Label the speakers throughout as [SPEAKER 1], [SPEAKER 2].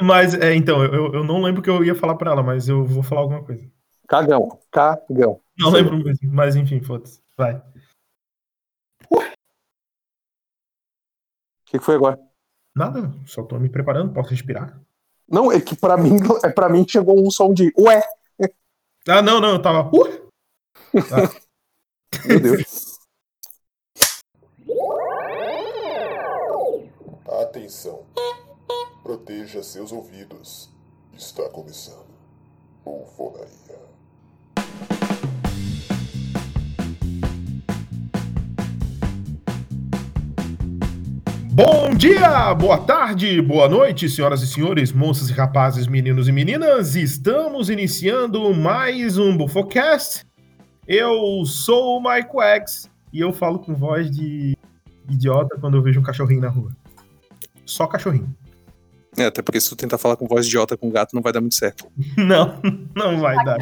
[SPEAKER 1] Mas, é, então, eu, eu não lembro o que eu ia falar pra ela, mas eu vou falar alguma coisa.
[SPEAKER 2] Cagão, cagão.
[SPEAKER 1] Não lembro mesmo, mas enfim, foda-se. Vai.
[SPEAKER 2] O que que foi agora?
[SPEAKER 1] Nada, só tô me preparando, posso respirar.
[SPEAKER 2] Não, é que pra mim, é pra mim chegou um som de ué,
[SPEAKER 1] Ah, não, não, eu tava. Uh!
[SPEAKER 2] meu Deus.
[SPEAKER 3] Atenção! Proteja seus ouvidos. Está começando. Bufonaria.
[SPEAKER 1] Bom dia, boa tarde, boa noite, senhoras e senhores, moças e rapazes, meninos e meninas. Estamos iniciando mais um Bufocast. Eu sou o Michael X e eu falo com voz de idiota quando eu vejo um cachorrinho na rua. Só cachorrinho.
[SPEAKER 4] É, até porque se tu tentar falar com voz idiota com gato, não vai dar muito certo.
[SPEAKER 1] Não, não vai dar.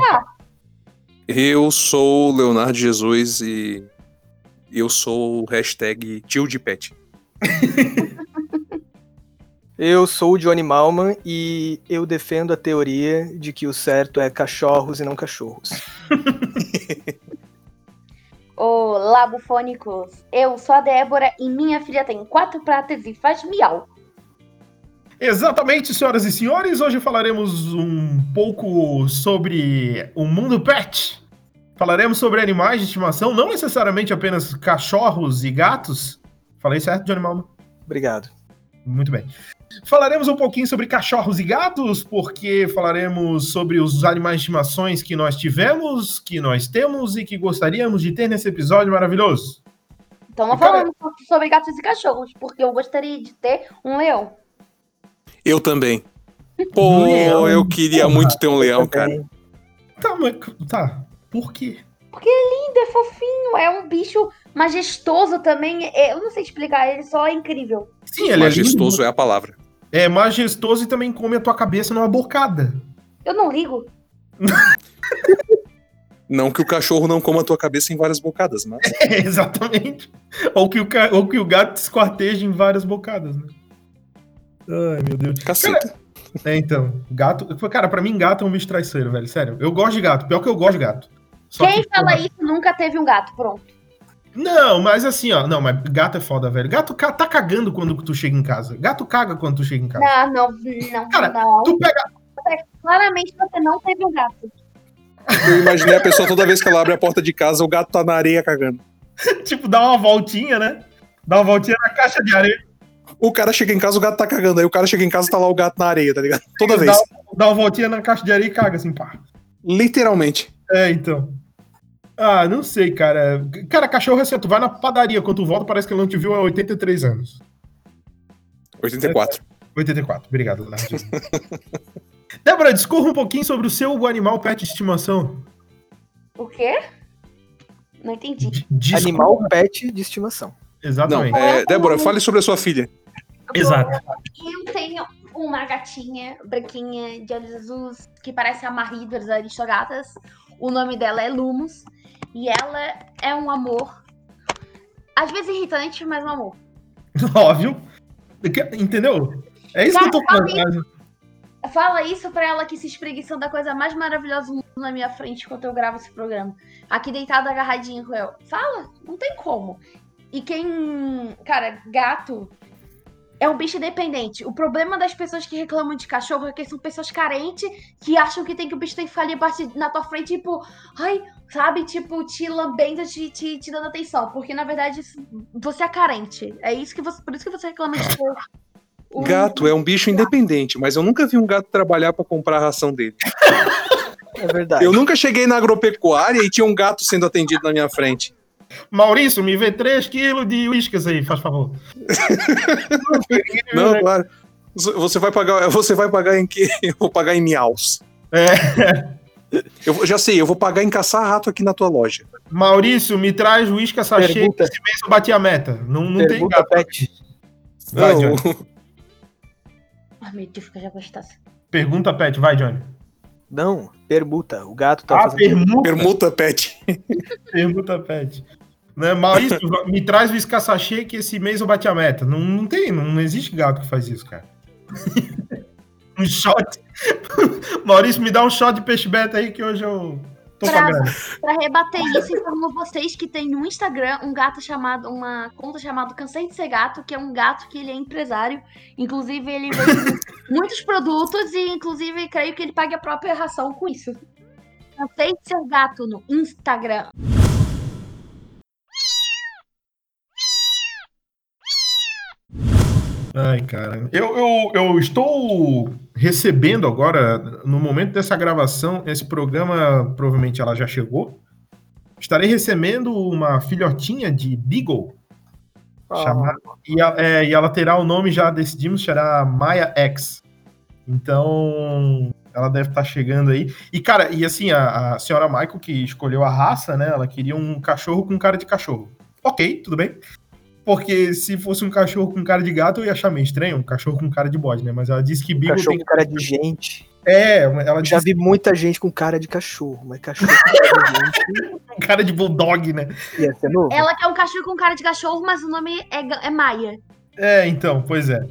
[SPEAKER 4] Eu sou o Leonardo Jesus e eu sou o hashtag tio de pet.
[SPEAKER 5] Eu sou o Johnny Malman e eu defendo a teoria de que o certo é cachorros e não cachorros.
[SPEAKER 6] Olá, bufônicos! Eu sou a Débora e minha filha tem quatro pratas e faz miau.
[SPEAKER 1] Exatamente, senhoras e senhores, hoje falaremos um pouco sobre o mundo pet. Falaremos sobre animais de estimação, não necessariamente apenas cachorros e gatos. Falei certo, Johnny Malma?
[SPEAKER 5] Obrigado.
[SPEAKER 1] Muito bem. Falaremos um pouquinho sobre cachorros e gatos, porque falaremos sobre os animais de estimações que nós tivemos, que nós temos e que gostaríamos de ter nesse episódio maravilhoso.
[SPEAKER 6] Então não
[SPEAKER 1] E, cara-
[SPEAKER 6] falamos só sobre gatos e cachorros, porque eu gostaria de ter um leão.
[SPEAKER 4] Eu também. Pô,
[SPEAKER 1] Leão.
[SPEAKER 4] eu queria
[SPEAKER 1] Porra.
[SPEAKER 4] muito ter um leão, cara.
[SPEAKER 1] Tá, mas tá. Por quê?
[SPEAKER 6] Lindo, é fofinho, é um bicho majestoso também. é- eu não sei explicar, ele só é incrível.
[SPEAKER 1] Sim, ele
[SPEAKER 4] Majestoso é a palavra.
[SPEAKER 1] é lindo. É majestoso e também come a tua cabeça numa bocada.
[SPEAKER 6] Eu não ligo.
[SPEAKER 4] Não que o cachorro não coma a tua cabeça em várias bocadas, mas.
[SPEAKER 1] É, exatamente. Ou que, o ca- ou que o gato esquarteja em várias bocadas, né? Ai, meu Deus.
[SPEAKER 4] Caceta.
[SPEAKER 1] É, então, gato. Cara, pra mim, gato é um bicho traiçoeiro, velho. Sério. Eu gosto de gato. Pior que eu gosto de gato. Só
[SPEAKER 6] Quem
[SPEAKER 1] que,
[SPEAKER 6] fala
[SPEAKER 1] porra,
[SPEAKER 6] isso nunca teve um gato, pronto.
[SPEAKER 1] Não, mas assim, ó. Não, mas gato é foda, velho. Gato ca- tá cagando quando tu chega em casa. Gato caga quando tu chega em casa.
[SPEAKER 6] Não, não, não,
[SPEAKER 1] Cara,
[SPEAKER 6] não.
[SPEAKER 1] Tu pega.
[SPEAKER 6] Claramente você não teve um gato.
[SPEAKER 4] Eu imaginei a pessoa toda vez que ela abre a porta de casa, o gato tá na areia cagando.
[SPEAKER 1] Tipo, dá uma voltinha, né? Dá uma voltinha na caixa de areia.
[SPEAKER 4] O cara chega em casa, o gato tá cagando. Aí o cara chega em casa, tá lá o gato na areia, tá ligado? Toda
[SPEAKER 1] Dá-
[SPEAKER 4] vez.
[SPEAKER 1] Dá uma voltinha na caixa de areia e caga, assim, pá.
[SPEAKER 4] Literalmente.
[SPEAKER 1] É, então. Ah, não sei, cara. Cara, cachorro é assim, tu vai na padaria, quando tu volta, parece que ele não te viu há 83 anos.
[SPEAKER 4] 84.
[SPEAKER 1] 84, obrigado, Leonardo. Débora, discorra um pouquinho sobre o seu animal pet de estimação.
[SPEAKER 6] O quê? Não entendi.
[SPEAKER 1] Discorra-
[SPEAKER 5] Animal pet de estimação.
[SPEAKER 4] Não,
[SPEAKER 1] Exatamente.
[SPEAKER 4] é, Débora, fale sobre a sua filha.
[SPEAKER 1] Exato.
[SPEAKER 6] Eu tenho uma gatinha branquinha de olhos azuis que parece a Marie dos Aristogatas. O nome dela é Lumos e ela é um amor. Às vezes irritante, mas um amor.
[SPEAKER 1] Óbvio. Entendeu? É isso que eu tô falando.
[SPEAKER 6] Fala isso pra ela que se espreguiçou da coisa mais maravilhosa do mundo na minha frente enquanto eu gravo esse programa. Aqui deitada, agarradinha com ela. Fala, não tem como. E quem. Cara, gato é um bicho dependente. O problema das pessoas que reclamam de cachorro é que são pessoas carentes que acham que tem que o bicho tem que falir bate na tua frente, tipo, ai, sabe, tipo, te lambendo, te, te, te dando atenção. Porque na verdade isso- você é carente. É isso que você. Por isso que você reclama de ter. um-
[SPEAKER 4] Gato é um bicho independente, mas eu nunca vi um gato trabalhar pra comprar a ração dele.
[SPEAKER 5] É verdade.
[SPEAKER 4] Eu nunca cheguei na agropecuária e tinha um gato sendo atendido na minha frente.
[SPEAKER 1] Maurício, me vê 3 quilos de uíscas aí, faz favor.
[SPEAKER 4] Não,
[SPEAKER 1] Uhum.
[SPEAKER 4] claro. Você vai pagar, você vai pagar em quê? Eu vou pagar em miaus.
[SPEAKER 1] É.
[SPEAKER 4] Eu vou- já sei, eu vou pagar em caçar rato aqui na tua loja.
[SPEAKER 1] Maurício, me traz uísca sachê.
[SPEAKER 5] Pergunta.
[SPEAKER 1] Esse mês eu bati a meta. Não, não tem
[SPEAKER 5] Pergunta
[SPEAKER 1] gato.
[SPEAKER 5] pet.
[SPEAKER 1] Vai,
[SPEAKER 4] Não,
[SPEAKER 6] Ai, meu Deus, que eu já gostasse.
[SPEAKER 1] Pergunta, Pet, vai, Johnny.
[SPEAKER 5] Não, permuta. O gato tá fazendo.
[SPEAKER 1] Ah, permuta, é
[SPEAKER 4] permuta pet.
[SPEAKER 1] permuta, Pet. Né, Maurício, me traz o escassachê que esse mês eu bati a meta. Não, não tem, não, não existe gato que faz isso, cara. um shot. Maurício, me dá um shot de peixe beta aí que hoje eu tô com a
[SPEAKER 6] Pra-
[SPEAKER 1] grana.
[SPEAKER 6] Pra rebater isso, informo vocês que tem no Instagram um gato chamado, uma conta chamada Cansei de Ser Gato, que é um gato que ele é empresário. Inclusive, ele vende muitos produtos e, inclusive, creio que ele pague a própria ração com isso. Cansei de Ser Gato no Instagram.
[SPEAKER 1] Ai, cara. Eu, eu, eu estou recebendo agora, no momento dessa gravação, esse programa, provavelmente ela já chegou. Estarei recebendo uma filhotinha de Beagle.
[SPEAKER 5] um
[SPEAKER 1] chamada- e, a- é, e ela terá o nome, já decidimos, será Maya X. Então, ela deve estar chegando aí. E, cara, e assim, a, a senhora Michael, que escolheu a raça, né? Ela queria um cachorro com cara de cachorro. Ok, tudo bem. Porque se fosse um cachorro com cara de gato, eu ia achar meio estranho, um cachorro com cara de bode, né? Mas ela disse que Beagle
[SPEAKER 5] Cachorro
[SPEAKER 1] tem...
[SPEAKER 5] com cara de gente.
[SPEAKER 1] É, ela disse
[SPEAKER 5] Já vi muita gente com cara de cachorro, mas cachorro com cara de gente é
[SPEAKER 1] que tem cara de bulldog, né?
[SPEAKER 5] ia ser novo.
[SPEAKER 6] Ela quer um cachorro com cara de cachorro, mas o nome é, ga- é Maia.
[SPEAKER 1] É, então, pois é.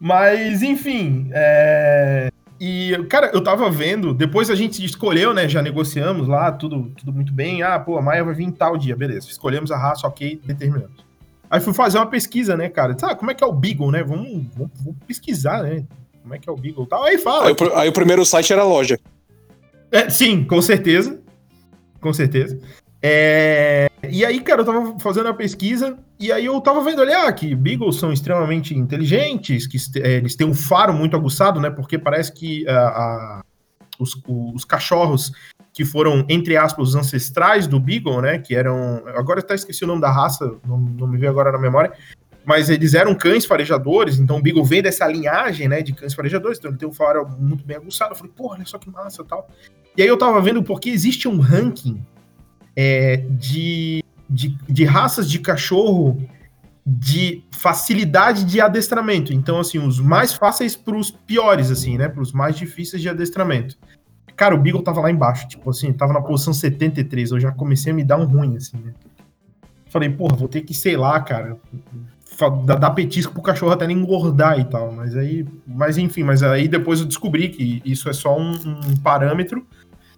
[SPEAKER 1] Mas, enfim, é, E, cara, eu tava vendo, depois a gente escolheu, né, já negociamos lá, tudo, tudo muito bem. Ah, pô, a Maia vai vir em tal dia, beleza. Escolhemos a raça, ok, determinamos. Aí fui fazer uma pesquisa, né, cara? Ah, como é que é o Beagle, né? Vamos, vamos, vamos pesquisar, né? Como é que é o Beagle e tal. Aí fala.
[SPEAKER 4] Aí, o pr- aí o primeiro site era a loja.
[SPEAKER 1] É, sim, com certeza. Com certeza. É, E aí, cara, eu tava fazendo a pesquisa e aí eu tava vendo ali, ah, que Beagles são extremamente inteligentes, que este- eh, eles têm um faro muito aguçado, né? Porque parece que ah, ah, os, o- os cachorros que foram, entre aspas, os ancestrais do Beagle, né? Que eram. Agora eu até esqueci o nome da raça, não, não me veio agora na memória. Mas eles eram cães farejadores, então o Beagle vem dessa linhagem, né, de cães farejadores, então ele tem um faro muito bem aguçado. Eu falei, porra, olha só que massa tal. E aí eu tava vendo porque existe um ranking é, de, de, de raças de cachorro de facilidade de adestramento. Então, assim, os mais fáceis pros piores, assim, né? Pros mais difíceis de adestramento. Cara, o Beagle tava lá embaixo, tipo assim, tava na posição 73. Eu já comecei a me dar um ruim, assim, né? Falei, porra, vou ter que, sei lá, cara, fa- dar dar petisco pro cachorro até ele engordar e tal. Mas aí, mas enfim, mas aí depois eu descobri que isso é só um- um parâmetro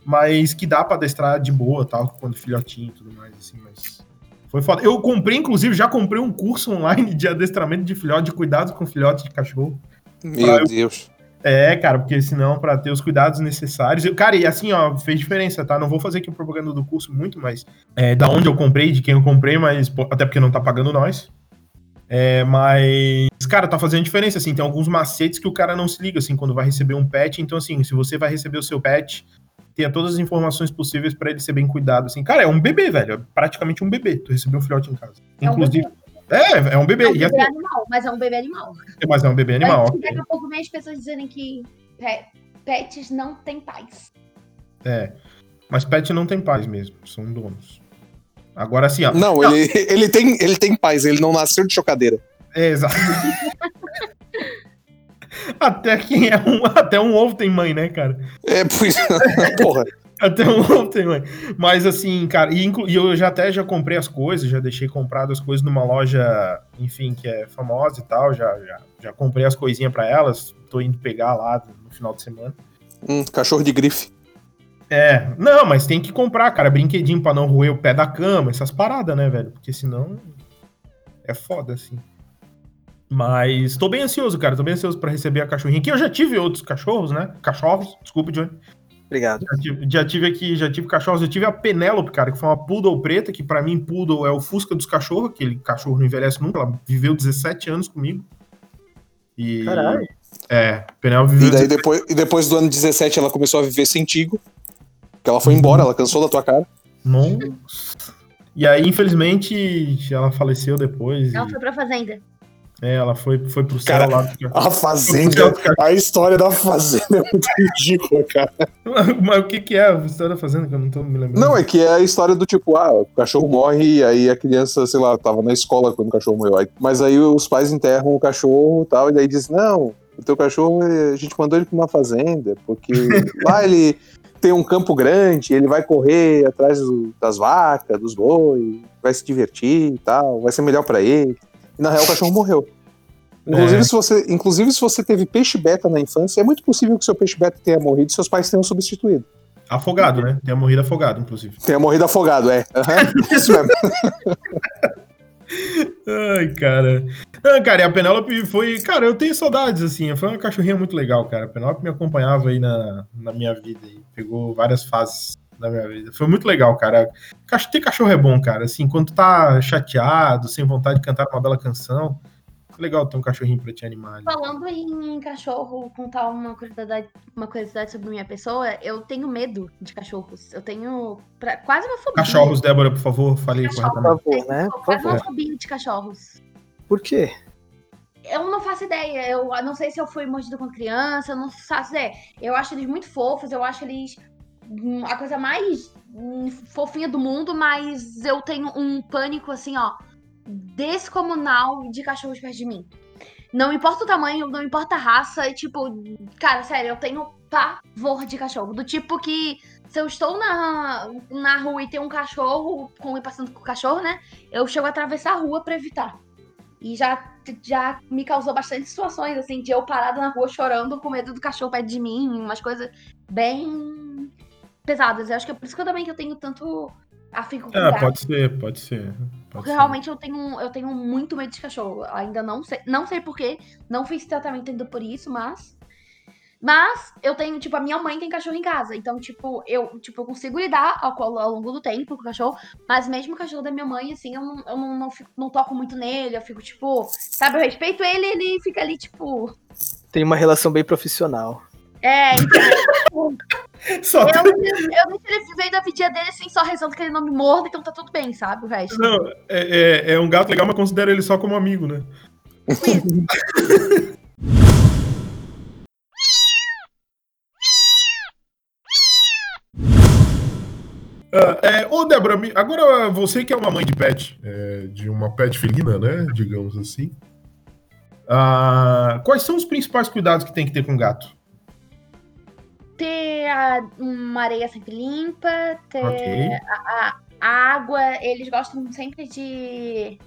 [SPEAKER 1] mas que dá pra adestrar de boa, tal, quando filhotinho e tudo mais, assim, mas foi foda. Eu comprei, inclusive, já comprei um curso online de adestramento de filhote, de cuidados com filhote de cachorro.
[SPEAKER 4] Meu
[SPEAKER 1] Ah,
[SPEAKER 4] Deus.
[SPEAKER 1] É, cara, porque senão, pra ter os cuidados necessários. Eu, cara, e assim, ó, fez diferença, tá? Não vou fazer aqui o propaganda do curso muito, mas é, da onde eu comprei, de quem eu comprei, mas pô, até porque não tá pagando nós. É, mas, cara, tá fazendo diferença, assim, tem alguns macetes que o cara não se liga, assim, quando vai receber um pet. Então, assim, se você vai receber o seu pet, tenha todas as informações possíveis pra ele ser bem cuidado, assim. Cara, é um bebê, velho, é praticamente um bebê. Tu recebeu um filhote em casa.
[SPEAKER 6] É um
[SPEAKER 1] Inclusive, é, é um bebê.
[SPEAKER 6] É um
[SPEAKER 1] e
[SPEAKER 6] bebê
[SPEAKER 1] assim,
[SPEAKER 6] animal, mas é um bebê animal.
[SPEAKER 1] mas é um bebê animal,
[SPEAKER 6] Mas
[SPEAKER 1] ok.
[SPEAKER 6] daqui a pouco vem as pessoas dizerem que pe- pets não têm pais.
[SPEAKER 1] É. Mas pet não tem pais mesmo, são donos. Agora assim, ó.
[SPEAKER 4] Não, ele, ele, tem, ele tem paz, ele não nasceu de chocadeira.
[SPEAKER 1] É, exato. até quem é um. Até um ovo tem mãe, né, cara?
[SPEAKER 4] É, pois. Porra.
[SPEAKER 1] Até um ovo tem mãe. Mas assim, cara, e, inclu- e eu já até já comprei as coisas, já deixei comprado as coisas numa loja, enfim, que é famosa e tal. Já, já, já comprei as coisinhas pra elas. Tô indo pegar lá no final de semana.
[SPEAKER 4] Um cachorro de grife.
[SPEAKER 1] É, não, mas tem que comprar, cara, brinquedinho pra não roer o pé da cama, essas paradas, né, velho? Porque senão é foda, assim. Mas tô bem ansioso, cara, tô bem ansioso pra receber a cachorrinha aqui. Eu já tive outros cachorros, né? Cachorros, desculpa, Johnny.
[SPEAKER 5] Obrigado.
[SPEAKER 1] Já tive, já tive aqui, já tive cachorros. Eu tive a Penélope, cara, que foi uma poodle preta, que pra mim poodle é o fusca dos cachorros, aquele cachorro não envelhece nunca. Ela viveu 17 anos comigo. E,
[SPEAKER 5] Caralho.
[SPEAKER 1] É, Penélope viveu
[SPEAKER 4] E daí depois, e depois do ano 17 ela começou a viver sem tigo. Porque ela foi embora, ela cansou da tua cara.
[SPEAKER 1] Nossa. E aí, infelizmente, ela faleceu depois. e-
[SPEAKER 6] Ela foi pra fazenda.
[SPEAKER 1] é, ela foi, foi pro céu
[SPEAKER 4] Cara,
[SPEAKER 1] lá. porque-
[SPEAKER 2] A Fazenda. A história da Fazenda é muito ridícula, cara.
[SPEAKER 1] Mas o que que é a história da fazenda que eu não tô me lembrando?
[SPEAKER 4] Não, é que é a história do tipo, ah, o cachorro morre, e aí a criança, sei lá, tava na escola quando o cachorro morreu. Aí- Mas aí os pais enterram o cachorro e tal, e daí diz, não, o teu cachorro, eh, a gente mandou ele pra uma fazenda, porque lá ele tem um campo grande, ele vai correr atrás do- das vacas, dos bois, vai se divertir e tal, vai ser melhor pra ele. E na real o cachorro morreu. Inclusive, se você, inclusive, se você teve peixe beta na infância, é muito possível que seu peixe beta tenha morrido e seus pais tenham substituído.
[SPEAKER 1] Afogado, né? Tem morrido afogado, inclusive.
[SPEAKER 4] Tenha morrido afogado, é. Aham, Isso mesmo.
[SPEAKER 1] Ai, cara. Ah, cara, e a Penélope foi. Cara, eu tenho saudades, assim. Foi uma cachorrinha muito legal, cara. A Penélope me acompanhava aí na, na minha vida. aí. Pegou várias fases da minha vida. Foi muito legal, cara. Cach- Ter cachorro é bom, cara. Assim, quando tu tá chateado, sem vontade de cantar uma bela canção, é legal ter um cachorrinho pra te animar. ali.
[SPEAKER 6] Falando em cachorro, contar uma curiosidade, uma curiosidade sobre minha pessoa, eu tenho medo de cachorros. Eu tenho pra- quase uma fobia.
[SPEAKER 1] Cachorros, Débora, por favor, falei
[SPEAKER 6] Cachorro.
[SPEAKER 5] Por
[SPEAKER 1] corretamente.
[SPEAKER 5] favor, né?
[SPEAKER 6] Eu
[SPEAKER 5] Por
[SPEAKER 6] quase uma
[SPEAKER 5] favor.
[SPEAKER 6] fobia de cachorros.
[SPEAKER 5] Por quê?
[SPEAKER 6] Eu não faço ideia. Eu não sei se eu fui mordido quando criança, eu não faço ideia. Eu acho eles muito fofos, eu acho eles hum, a coisa mais hum, fofinha do mundo, mas eu tenho um pânico assim, ó, descomunal de cachorros perto de mim. Não importa o tamanho, não importa a raça, e tipo, cara, sério, eu tenho pavor de cachorro. Do tipo que se eu estou na, na rua e tem um cachorro, com passando com o cachorro, né? Eu chego a atravessar a rua pra evitar. E já, já me causou bastante situações, assim, de eu parada na rua chorando com medo do cachorro perto de mim, umas coisas bem pesadas. Eu acho que é por isso que eu também que eu tenho tanto afinco com
[SPEAKER 1] É,
[SPEAKER 6] gato.
[SPEAKER 1] pode ser, pode ser. Pode
[SPEAKER 6] Porque
[SPEAKER 1] ser.
[SPEAKER 6] realmente eu tenho, um, eu tenho muito medo de cachorro. Ainda não sei, não sei porquê, não fiz tratamento ainda por isso, mas. Mas eu tenho, tipo, a minha mãe tem cachorro em casa. Então, tipo, eu, tipo, eu consigo lidar ao, ao- ao longo do tempo com o cachorro. Mas mesmo o cachorro da minha mãe, assim, eu não, eu não, não, fico- não toco muito nele. Eu fico, tipo, sabe, eu respeito ele, ele fica ali, tipo.
[SPEAKER 5] Tem uma relação bem profissional.
[SPEAKER 6] É,
[SPEAKER 1] Só
[SPEAKER 6] eu,
[SPEAKER 1] tem-
[SPEAKER 6] eu deixo ele viver da vidinha dele, assim, só rezando que ele não me morda, então tá tudo bem, sabe? O resto.
[SPEAKER 1] Não, é, é- é um gato legal, mas considero ele só como amigo, né? Ah, é, ô, Débora, me- agora você que é uma mãe de pet, é, de uma pet felina, né? Digamos assim. Ah, quais são os principais cuidados que tem que ter com gato?
[SPEAKER 6] ter a- uma areia sempre limpa, ter
[SPEAKER 1] Ok.
[SPEAKER 6] a, a- a água, eles gostam sempre de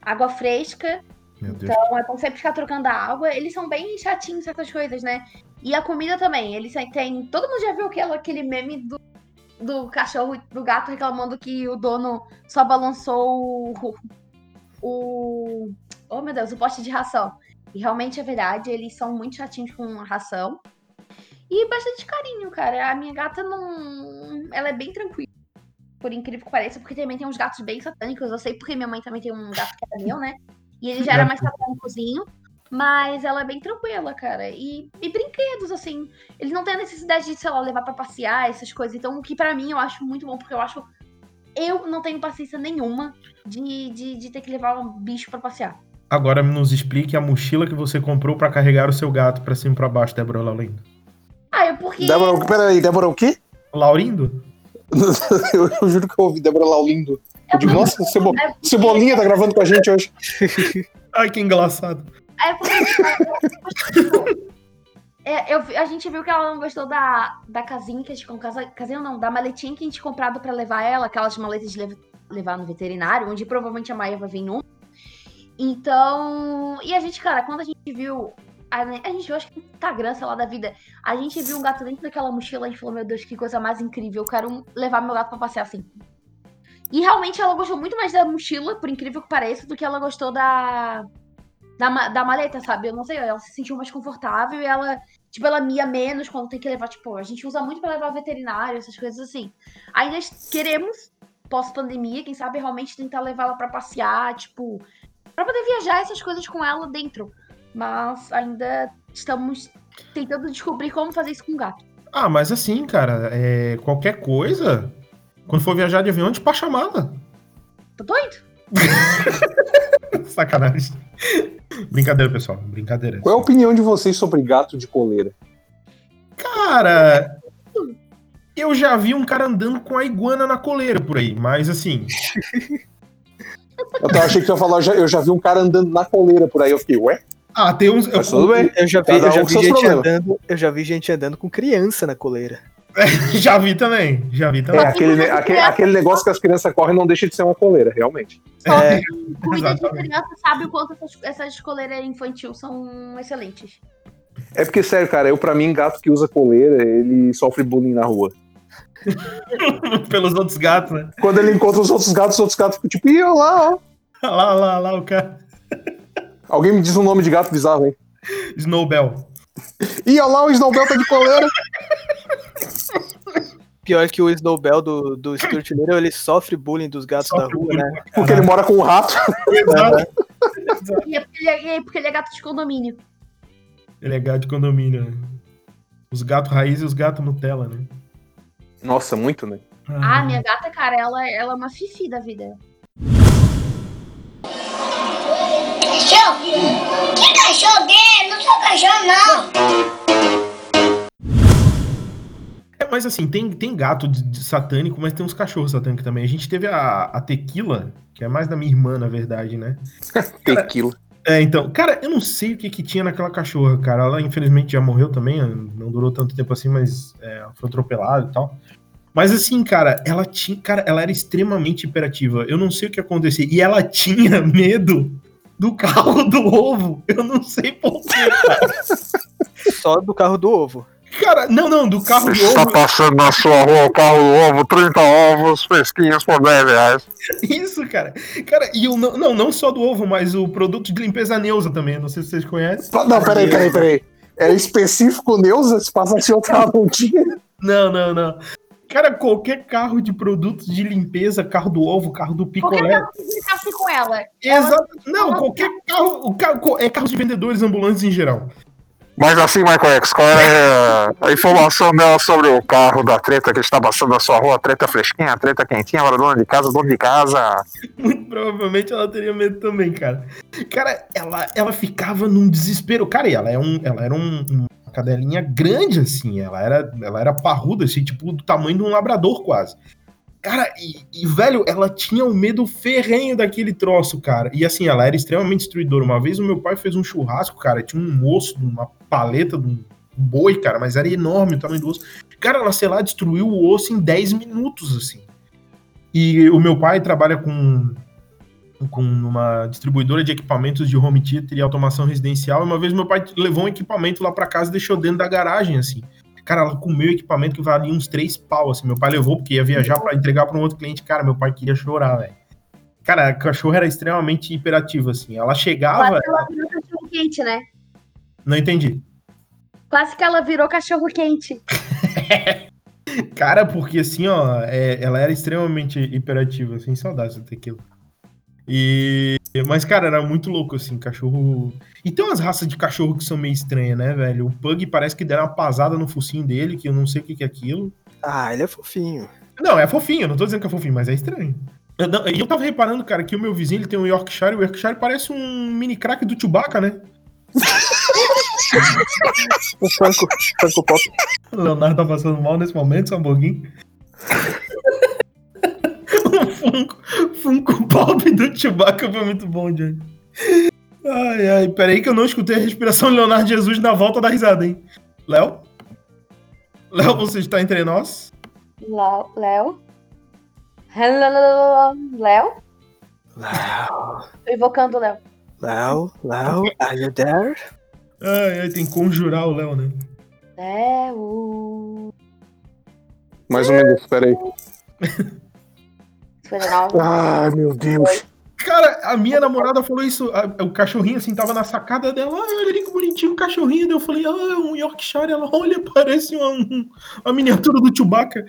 [SPEAKER 6] água fresca,
[SPEAKER 1] Meu Deus.
[SPEAKER 6] então é bom sempre ficar trocando a água. Eles são bem chatinhos em certas coisas, né? E a comida também, eles sempre têm. Todo mundo já viu aquela- aquele meme do, do cachorro, do gato reclamando que o dono só balançou o. o oh meu Deus, o pote de ração. E realmente é verdade, eles são muito chatinhos com a ração. E bastante carinho, cara. A minha gata não. Ela é bem tranquila. Por incrível que pareça, porque também tem uns gatos bem satânicos. Eu sei porque minha mãe também tem um gato que era meu, né? E ele já era mais satânicozinho. Mas ela é bem tranquila, cara. E, e brinquedos, assim. Eles não têm a necessidade de, sei lá, levar pra passear, essas coisas. Então, o que pra mim eu acho muito bom, porque eu acho. Eu não tenho paciência nenhuma de, de, de ter que levar um bicho pra passear.
[SPEAKER 1] Agora nos explique a mochila que você comprou pra carregar o seu gato pra cima e pra baixo, Débora Laurindo.
[SPEAKER 6] Ah, eu porque.
[SPEAKER 4] Débora, peraí, Débora, o quê?
[SPEAKER 1] Laurindo?
[SPEAKER 4] Eu, eu juro que eu ouvi Débora Laulindo. Eu digo, nossa, Cebo-
[SPEAKER 6] É porque-
[SPEAKER 4] Cebolinha tá gravando com a gente hoje.
[SPEAKER 1] Ai, que engraçado.
[SPEAKER 6] É porque. É, eu vi- a gente viu que ela não gostou da, da casinha que a gente. com- casa- Casinha não, da maletinha que a gente comprado pra levar ela, aquelas maletas de leva- levar no veterinário, onde provavelmente a Maia vai vir um. Então. E a gente, cara, quando a gente viu. A, a gente viu, acho que no Instagram, sei lá, da vida. A gente viu um gato dentro daquela mochila e falou: Meu Deus, que coisa mais incrível. Eu quero levar meu gato pra passear assim. E realmente ela gostou muito mais da mochila, por incrível que pareça, do que ela gostou da da, ma- da maleta, sabe? Eu não sei, ela se sentiu mais confortável e ela, tipo, ela mia menos quando tem que levar, tipo, a gente usa muito pra levar veterinário, essas coisas assim. Ainda queremos, pós-pandemia, quem sabe realmente tentar levar ela pra passear, tipo, pra poder viajar essas coisas com ela dentro. Mas ainda estamos tentando descobrir como fazer isso com o gato.
[SPEAKER 1] Ah, mas assim, cara, é, qualquer coisa, quando for viajar de avião, despacha chamada.
[SPEAKER 6] Tá doido?
[SPEAKER 1] Sacanagem. Brincadeira, pessoal. Brincadeira.
[SPEAKER 4] Qual é a opinião de vocês sobre gato de coleira?
[SPEAKER 1] Cara, eu já vi um cara andando com a iguana na coleira por aí, mas assim.
[SPEAKER 4] Eu tava- achei que tu ia falar, eu já, eu já vi um cara andando na coleira por aí. Eu fiquei, ué?
[SPEAKER 1] Ah, tem uns. eu-
[SPEAKER 4] Mas tudo bem.
[SPEAKER 5] Eu já vi,
[SPEAKER 4] Cada
[SPEAKER 5] eu já
[SPEAKER 4] um com
[SPEAKER 5] vi
[SPEAKER 4] seus
[SPEAKER 5] gente
[SPEAKER 4] problemas.
[SPEAKER 5] andando. Eu já vi gente andando com criança na coleira.
[SPEAKER 1] já vi também, já vi
[SPEAKER 4] É
[SPEAKER 1] também.
[SPEAKER 4] aquele, ne- aquele, aquele negócio que as crianças correm não deixa de ser uma coleira, realmente.
[SPEAKER 6] Só
[SPEAKER 5] É,
[SPEAKER 6] quem cuida de
[SPEAKER 1] exatamente.
[SPEAKER 6] criança sabe o quanto essas, essas coleiras infantil são excelentes.
[SPEAKER 4] É porque, sério, cara, eu pra mim, gato que usa coleira, ele sofre bullying na rua.
[SPEAKER 1] Pelos outros gatos, né?
[SPEAKER 4] Quando ele encontra os outros gatos, os outros gatos ficam tipo, ih, olha lá, ó.
[SPEAKER 1] Olha Lá, olha lá, olha lá o cara.
[SPEAKER 4] Alguém me diz um nome de gato bizarro, hein?
[SPEAKER 1] Snowbell.
[SPEAKER 4] Ih, olha lá, o Snowbell tá de coleira.
[SPEAKER 5] Pior que o Snowbell do, do Stuart Little, ele sofre bullying dos gatos
[SPEAKER 1] Sofre
[SPEAKER 5] da rua,
[SPEAKER 1] bullying.
[SPEAKER 5] né?
[SPEAKER 4] Porque ele mora com um rato.
[SPEAKER 6] E é porque ele é, é porque ele é gato de condomínio.
[SPEAKER 1] Ele é gato de condomínio, né? Os gatos raiz e os gatos Nutella, né?
[SPEAKER 4] Nossa, muito, né?
[SPEAKER 6] Ah, minha gata, cara, ela, ela é uma fifi da vida.
[SPEAKER 7] Cachorro? Que cachorro dele? Não sou cachorro, não.
[SPEAKER 1] É, mas assim, tem, tem gato de- de satânico, mas tem uns cachorros satânicos também. A gente teve a, a Tequila, que é mais da minha irmã, na verdade, né?
[SPEAKER 4] Tequila.
[SPEAKER 1] É, então, cara, eu não sei o que que tinha naquela cachorra, cara. Ela infelizmente já morreu também, não durou tanto tempo assim, mas é, ela foi atropelada e tal. Mas assim, cara, ela tinha, cara, ela era extremamente hiperativa. Eu não sei o que acontecia e ela tinha medo do carro do ovo. Eu não sei por quê.
[SPEAKER 5] Só do carro do ovo.
[SPEAKER 1] Cara, não, não, do carro do ovo.
[SPEAKER 8] passando na sua rua o carro do ovo, 30 ovos, fresquinhos por 10 reais.
[SPEAKER 1] Isso, cara. Cara, e eu não, não, não só do ovo, mas o produto de limpeza Neuza também, não sei se vocês conhecem.
[SPEAKER 4] Pa- Não, peraí, peraí, peraí. É específico Neuza? Se assim, passasse outra não tinha.
[SPEAKER 1] Não, não, não. Cara, qualquer carro de produtos de limpeza, carro do ovo, carro do
[SPEAKER 6] Qualquer
[SPEAKER 1] picolé,
[SPEAKER 6] carro que você ficasse com ela.
[SPEAKER 1] Exato. Não,
[SPEAKER 6] ela-
[SPEAKER 1] qualquer carro, o carro. co- É carros de vendedores ambulantes em geral.
[SPEAKER 8] Mas assim, Michael X, qual é a informação dela sobre o carro da treta que está passando na sua rua? Treta fresquinha, treta quentinha, para dona de casa, dono de casa.
[SPEAKER 1] Muito provavelmente ela teria medo também, cara. Cara, ela, ela ficava num desespero. Cara, e ela, é um, ela era um- uma cadelinha grande, assim. Ela era, ela era parruda, assim, tipo, do tamanho de um labrador quase. Cara, e, e, velho, ela tinha um medo ferrenho daquele troço, cara. E assim, ela era extremamente destruidora. Uma vez o meu pai fez um churrasco, cara, tinha um osso, de uma paleta de um boi, cara, mas era enorme o tamanho do osso. Cara, ela, sei lá, destruiu o osso em 10 minutos, assim. E o meu pai trabalha com, com uma distribuidora de equipamentos de home theater e automação residencial. E uma vez meu pai levou um equipamento lá pra casa e deixou dentro da garagem, assim. Cara, ela comeu equipamento que valia uns três pau, assim. Meu pai levou porque ia viajar pra entregar pra um outro cliente. Cara, meu pai queria chorar, velho. Cara, a cachorra era extremamente hiperativa, assim. Ela chegava...
[SPEAKER 6] Quase que ela virou cachorro quente, né?
[SPEAKER 1] Não entendi.
[SPEAKER 6] Quase que ela virou cachorro quente.
[SPEAKER 1] Cara, porque assim, ó, é, ela era extremamente hiperativa, assim, saudades do tequila. E. Mas, cara, era muito louco, assim, cachorro. E tem umas raças de cachorro que são meio estranhas, né, velho? O Pug parece que deram uma pasada no focinho dele, que eu não sei o que, que é aquilo.
[SPEAKER 5] Ah, ele é fofinho.
[SPEAKER 1] Não, é fofinho, eu não tô dizendo que é fofinho, mas é estranho. Eu não- E eu, tava reparando, cara, que o meu vizinho ele tem um Yorkshire, o Yorkshire parece um mini crack do Chewbacca, né?
[SPEAKER 5] Um Funko, Funko Pop.
[SPEAKER 1] O Leonardo tá passando mal nesse momento, só um pouquinho. o Funko, Funko Pop do Chewbacca foi muito bom, Johnny. Ai, ai, peraí que eu não escutei a respiração do Leonardo Jesus na volta da risada, hein? Léo? Léo, você está entre nós?
[SPEAKER 6] Léo? Léo? Léo? Evocando o Léo.
[SPEAKER 5] Lau, Lau, are you there?
[SPEAKER 1] Ai, ai, tem que conjurar o Léo, né?
[SPEAKER 6] Léo.
[SPEAKER 4] Mais ou menos, peraí.
[SPEAKER 6] 59.
[SPEAKER 4] Ai, meu Deus.
[SPEAKER 1] Cara, a minha namorada falou isso. a- o cachorrinho, assim, tava na sacada dela. Ah, olha ali que bonitinho o cachorrinho. Daí eu falei, ah, é um Yorkshire. Ela, olha, parece uma, um- uma miniatura do Chewbacca.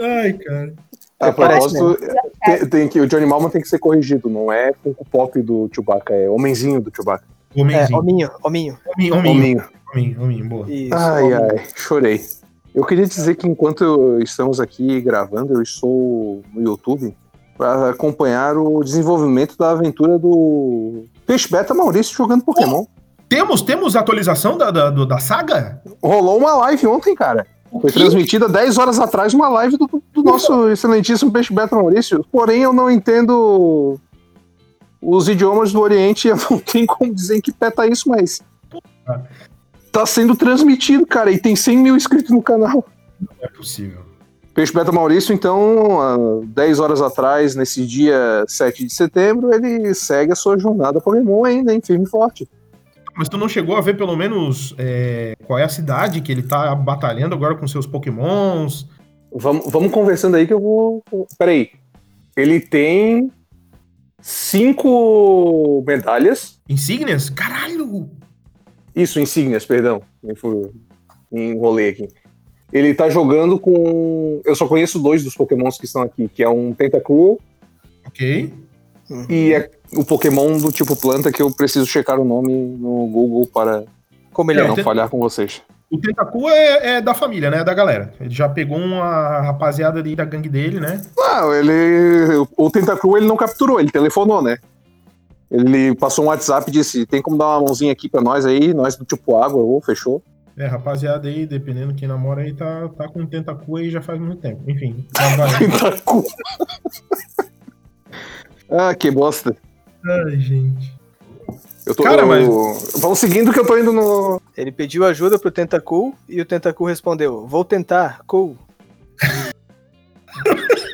[SPEAKER 1] Ai, cara.
[SPEAKER 4] A
[SPEAKER 5] Parece
[SPEAKER 4] propósito, tem, tem que, o Johnny Malman tem que ser corrigido, não é Funko Pop do Chewbacca, é homenzinho do Chewbacca.
[SPEAKER 5] É,
[SPEAKER 1] Homenzinho.
[SPEAKER 5] hominho, hominho.
[SPEAKER 1] homem, homem,
[SPEAKER 4] Hominho.
[SPEAKER 1] homem, homem, boa.
[SPEAKER 5] Isso. é
[SPEAKER 4] Ai,
[SPEAKER 5] hominho.
[SPEAKER 4] ai, chorei. Eu queria dizer que enquanto estamos aqui gravando, eu estou no YouTube para acompanhar o desenvolvimento da aventura do Peixe Beta Maurício jogando Pokémon.
[SPEAKER 1] Temos, temos atualização da, da, do- da saga?
[SPEAKER 4] Rolou uma live ontem, cara. Foi transmitida 10 horas atrás uma live do, do nosso excelentíssimo Peixe Beta Maurício. Porém, eu não entendo os idiomas do Oriente, eu não tenho como dizer em que pé tá isso, mas. Tá sendo transmitido, cara, e tem 100 mil inscritos no canal.
[SPEAKER 1] Não é possível.
[SPEAKER 4] Peixe Beta Maurício, então, há 10 horas atrás, nesse dia 7 de setembro, ele segue a sua jornada Pokémon ainda, hein? Firme e forte.
[SPEAKER 1] Mas tu não chegou a ver, pelo menos, é, qual é a cidade que ele tá batalhando agora com seus pokémons?
[SPEAKER 4] Vamos, vamos conversando aí que eu vou. Peraí. Ele tem cinco medalhas.
[SPEAKER 1] Insígnias? Caralho!
[SPEAKER 4] Isso, insígnias, perdão. Me fu- me enrolei aqui. Ele tá jogando com. Eu só conheço dois dos pokémons que estão aqui, que é um Tentacruel
[SPEAKER 1] Ok.
[SPEAKER 4] e é o Pokémon do tipo planta que eu preciso checar o nome no Google para
[SPEAKER 5] Como ele
[SPEAKER 1] É,
[SPEAKER 5] é,
[SPEAKER 4] não
[SPEAKER 1] tem-
[SPEAKER 4] falhar com vocês.
[SPEAKER 1] O Tentacu é, é da família, né? É da galera. Ele já pegou uma rapaziada ali da gangue dele, né?
[SPEAKER 4] Não, ele. O Tentacru ele não capturou, ele telefonou, né? Ele passou um WhatsApp e disse: tem como dar uma mãozinha aqui pra nós aí, nós do tipo água, ou fechou.
[SPEAKER 1] É, rapaziada aí, dependendo quem namora aí, tá, tá com o Tentacu aí já faz muito tempo. Enfim. já vai.
[SPEAKER 4] Tentacu. ah, que bosta.
[SPEAKER 1] Ai, gente.
[SPEAKER 4] Eu tô.
[SPEAKER 1] Cara,
[SPEAKER 4] eu-
[SPEAKER 1] mas-
[SPEAKER 4] Vamos seguindo que eu tô indo no.
[SPEAKER 5] Ele pediu ajuda pro Tentacool e o Tentacool respondeu: Vou tentar, cool.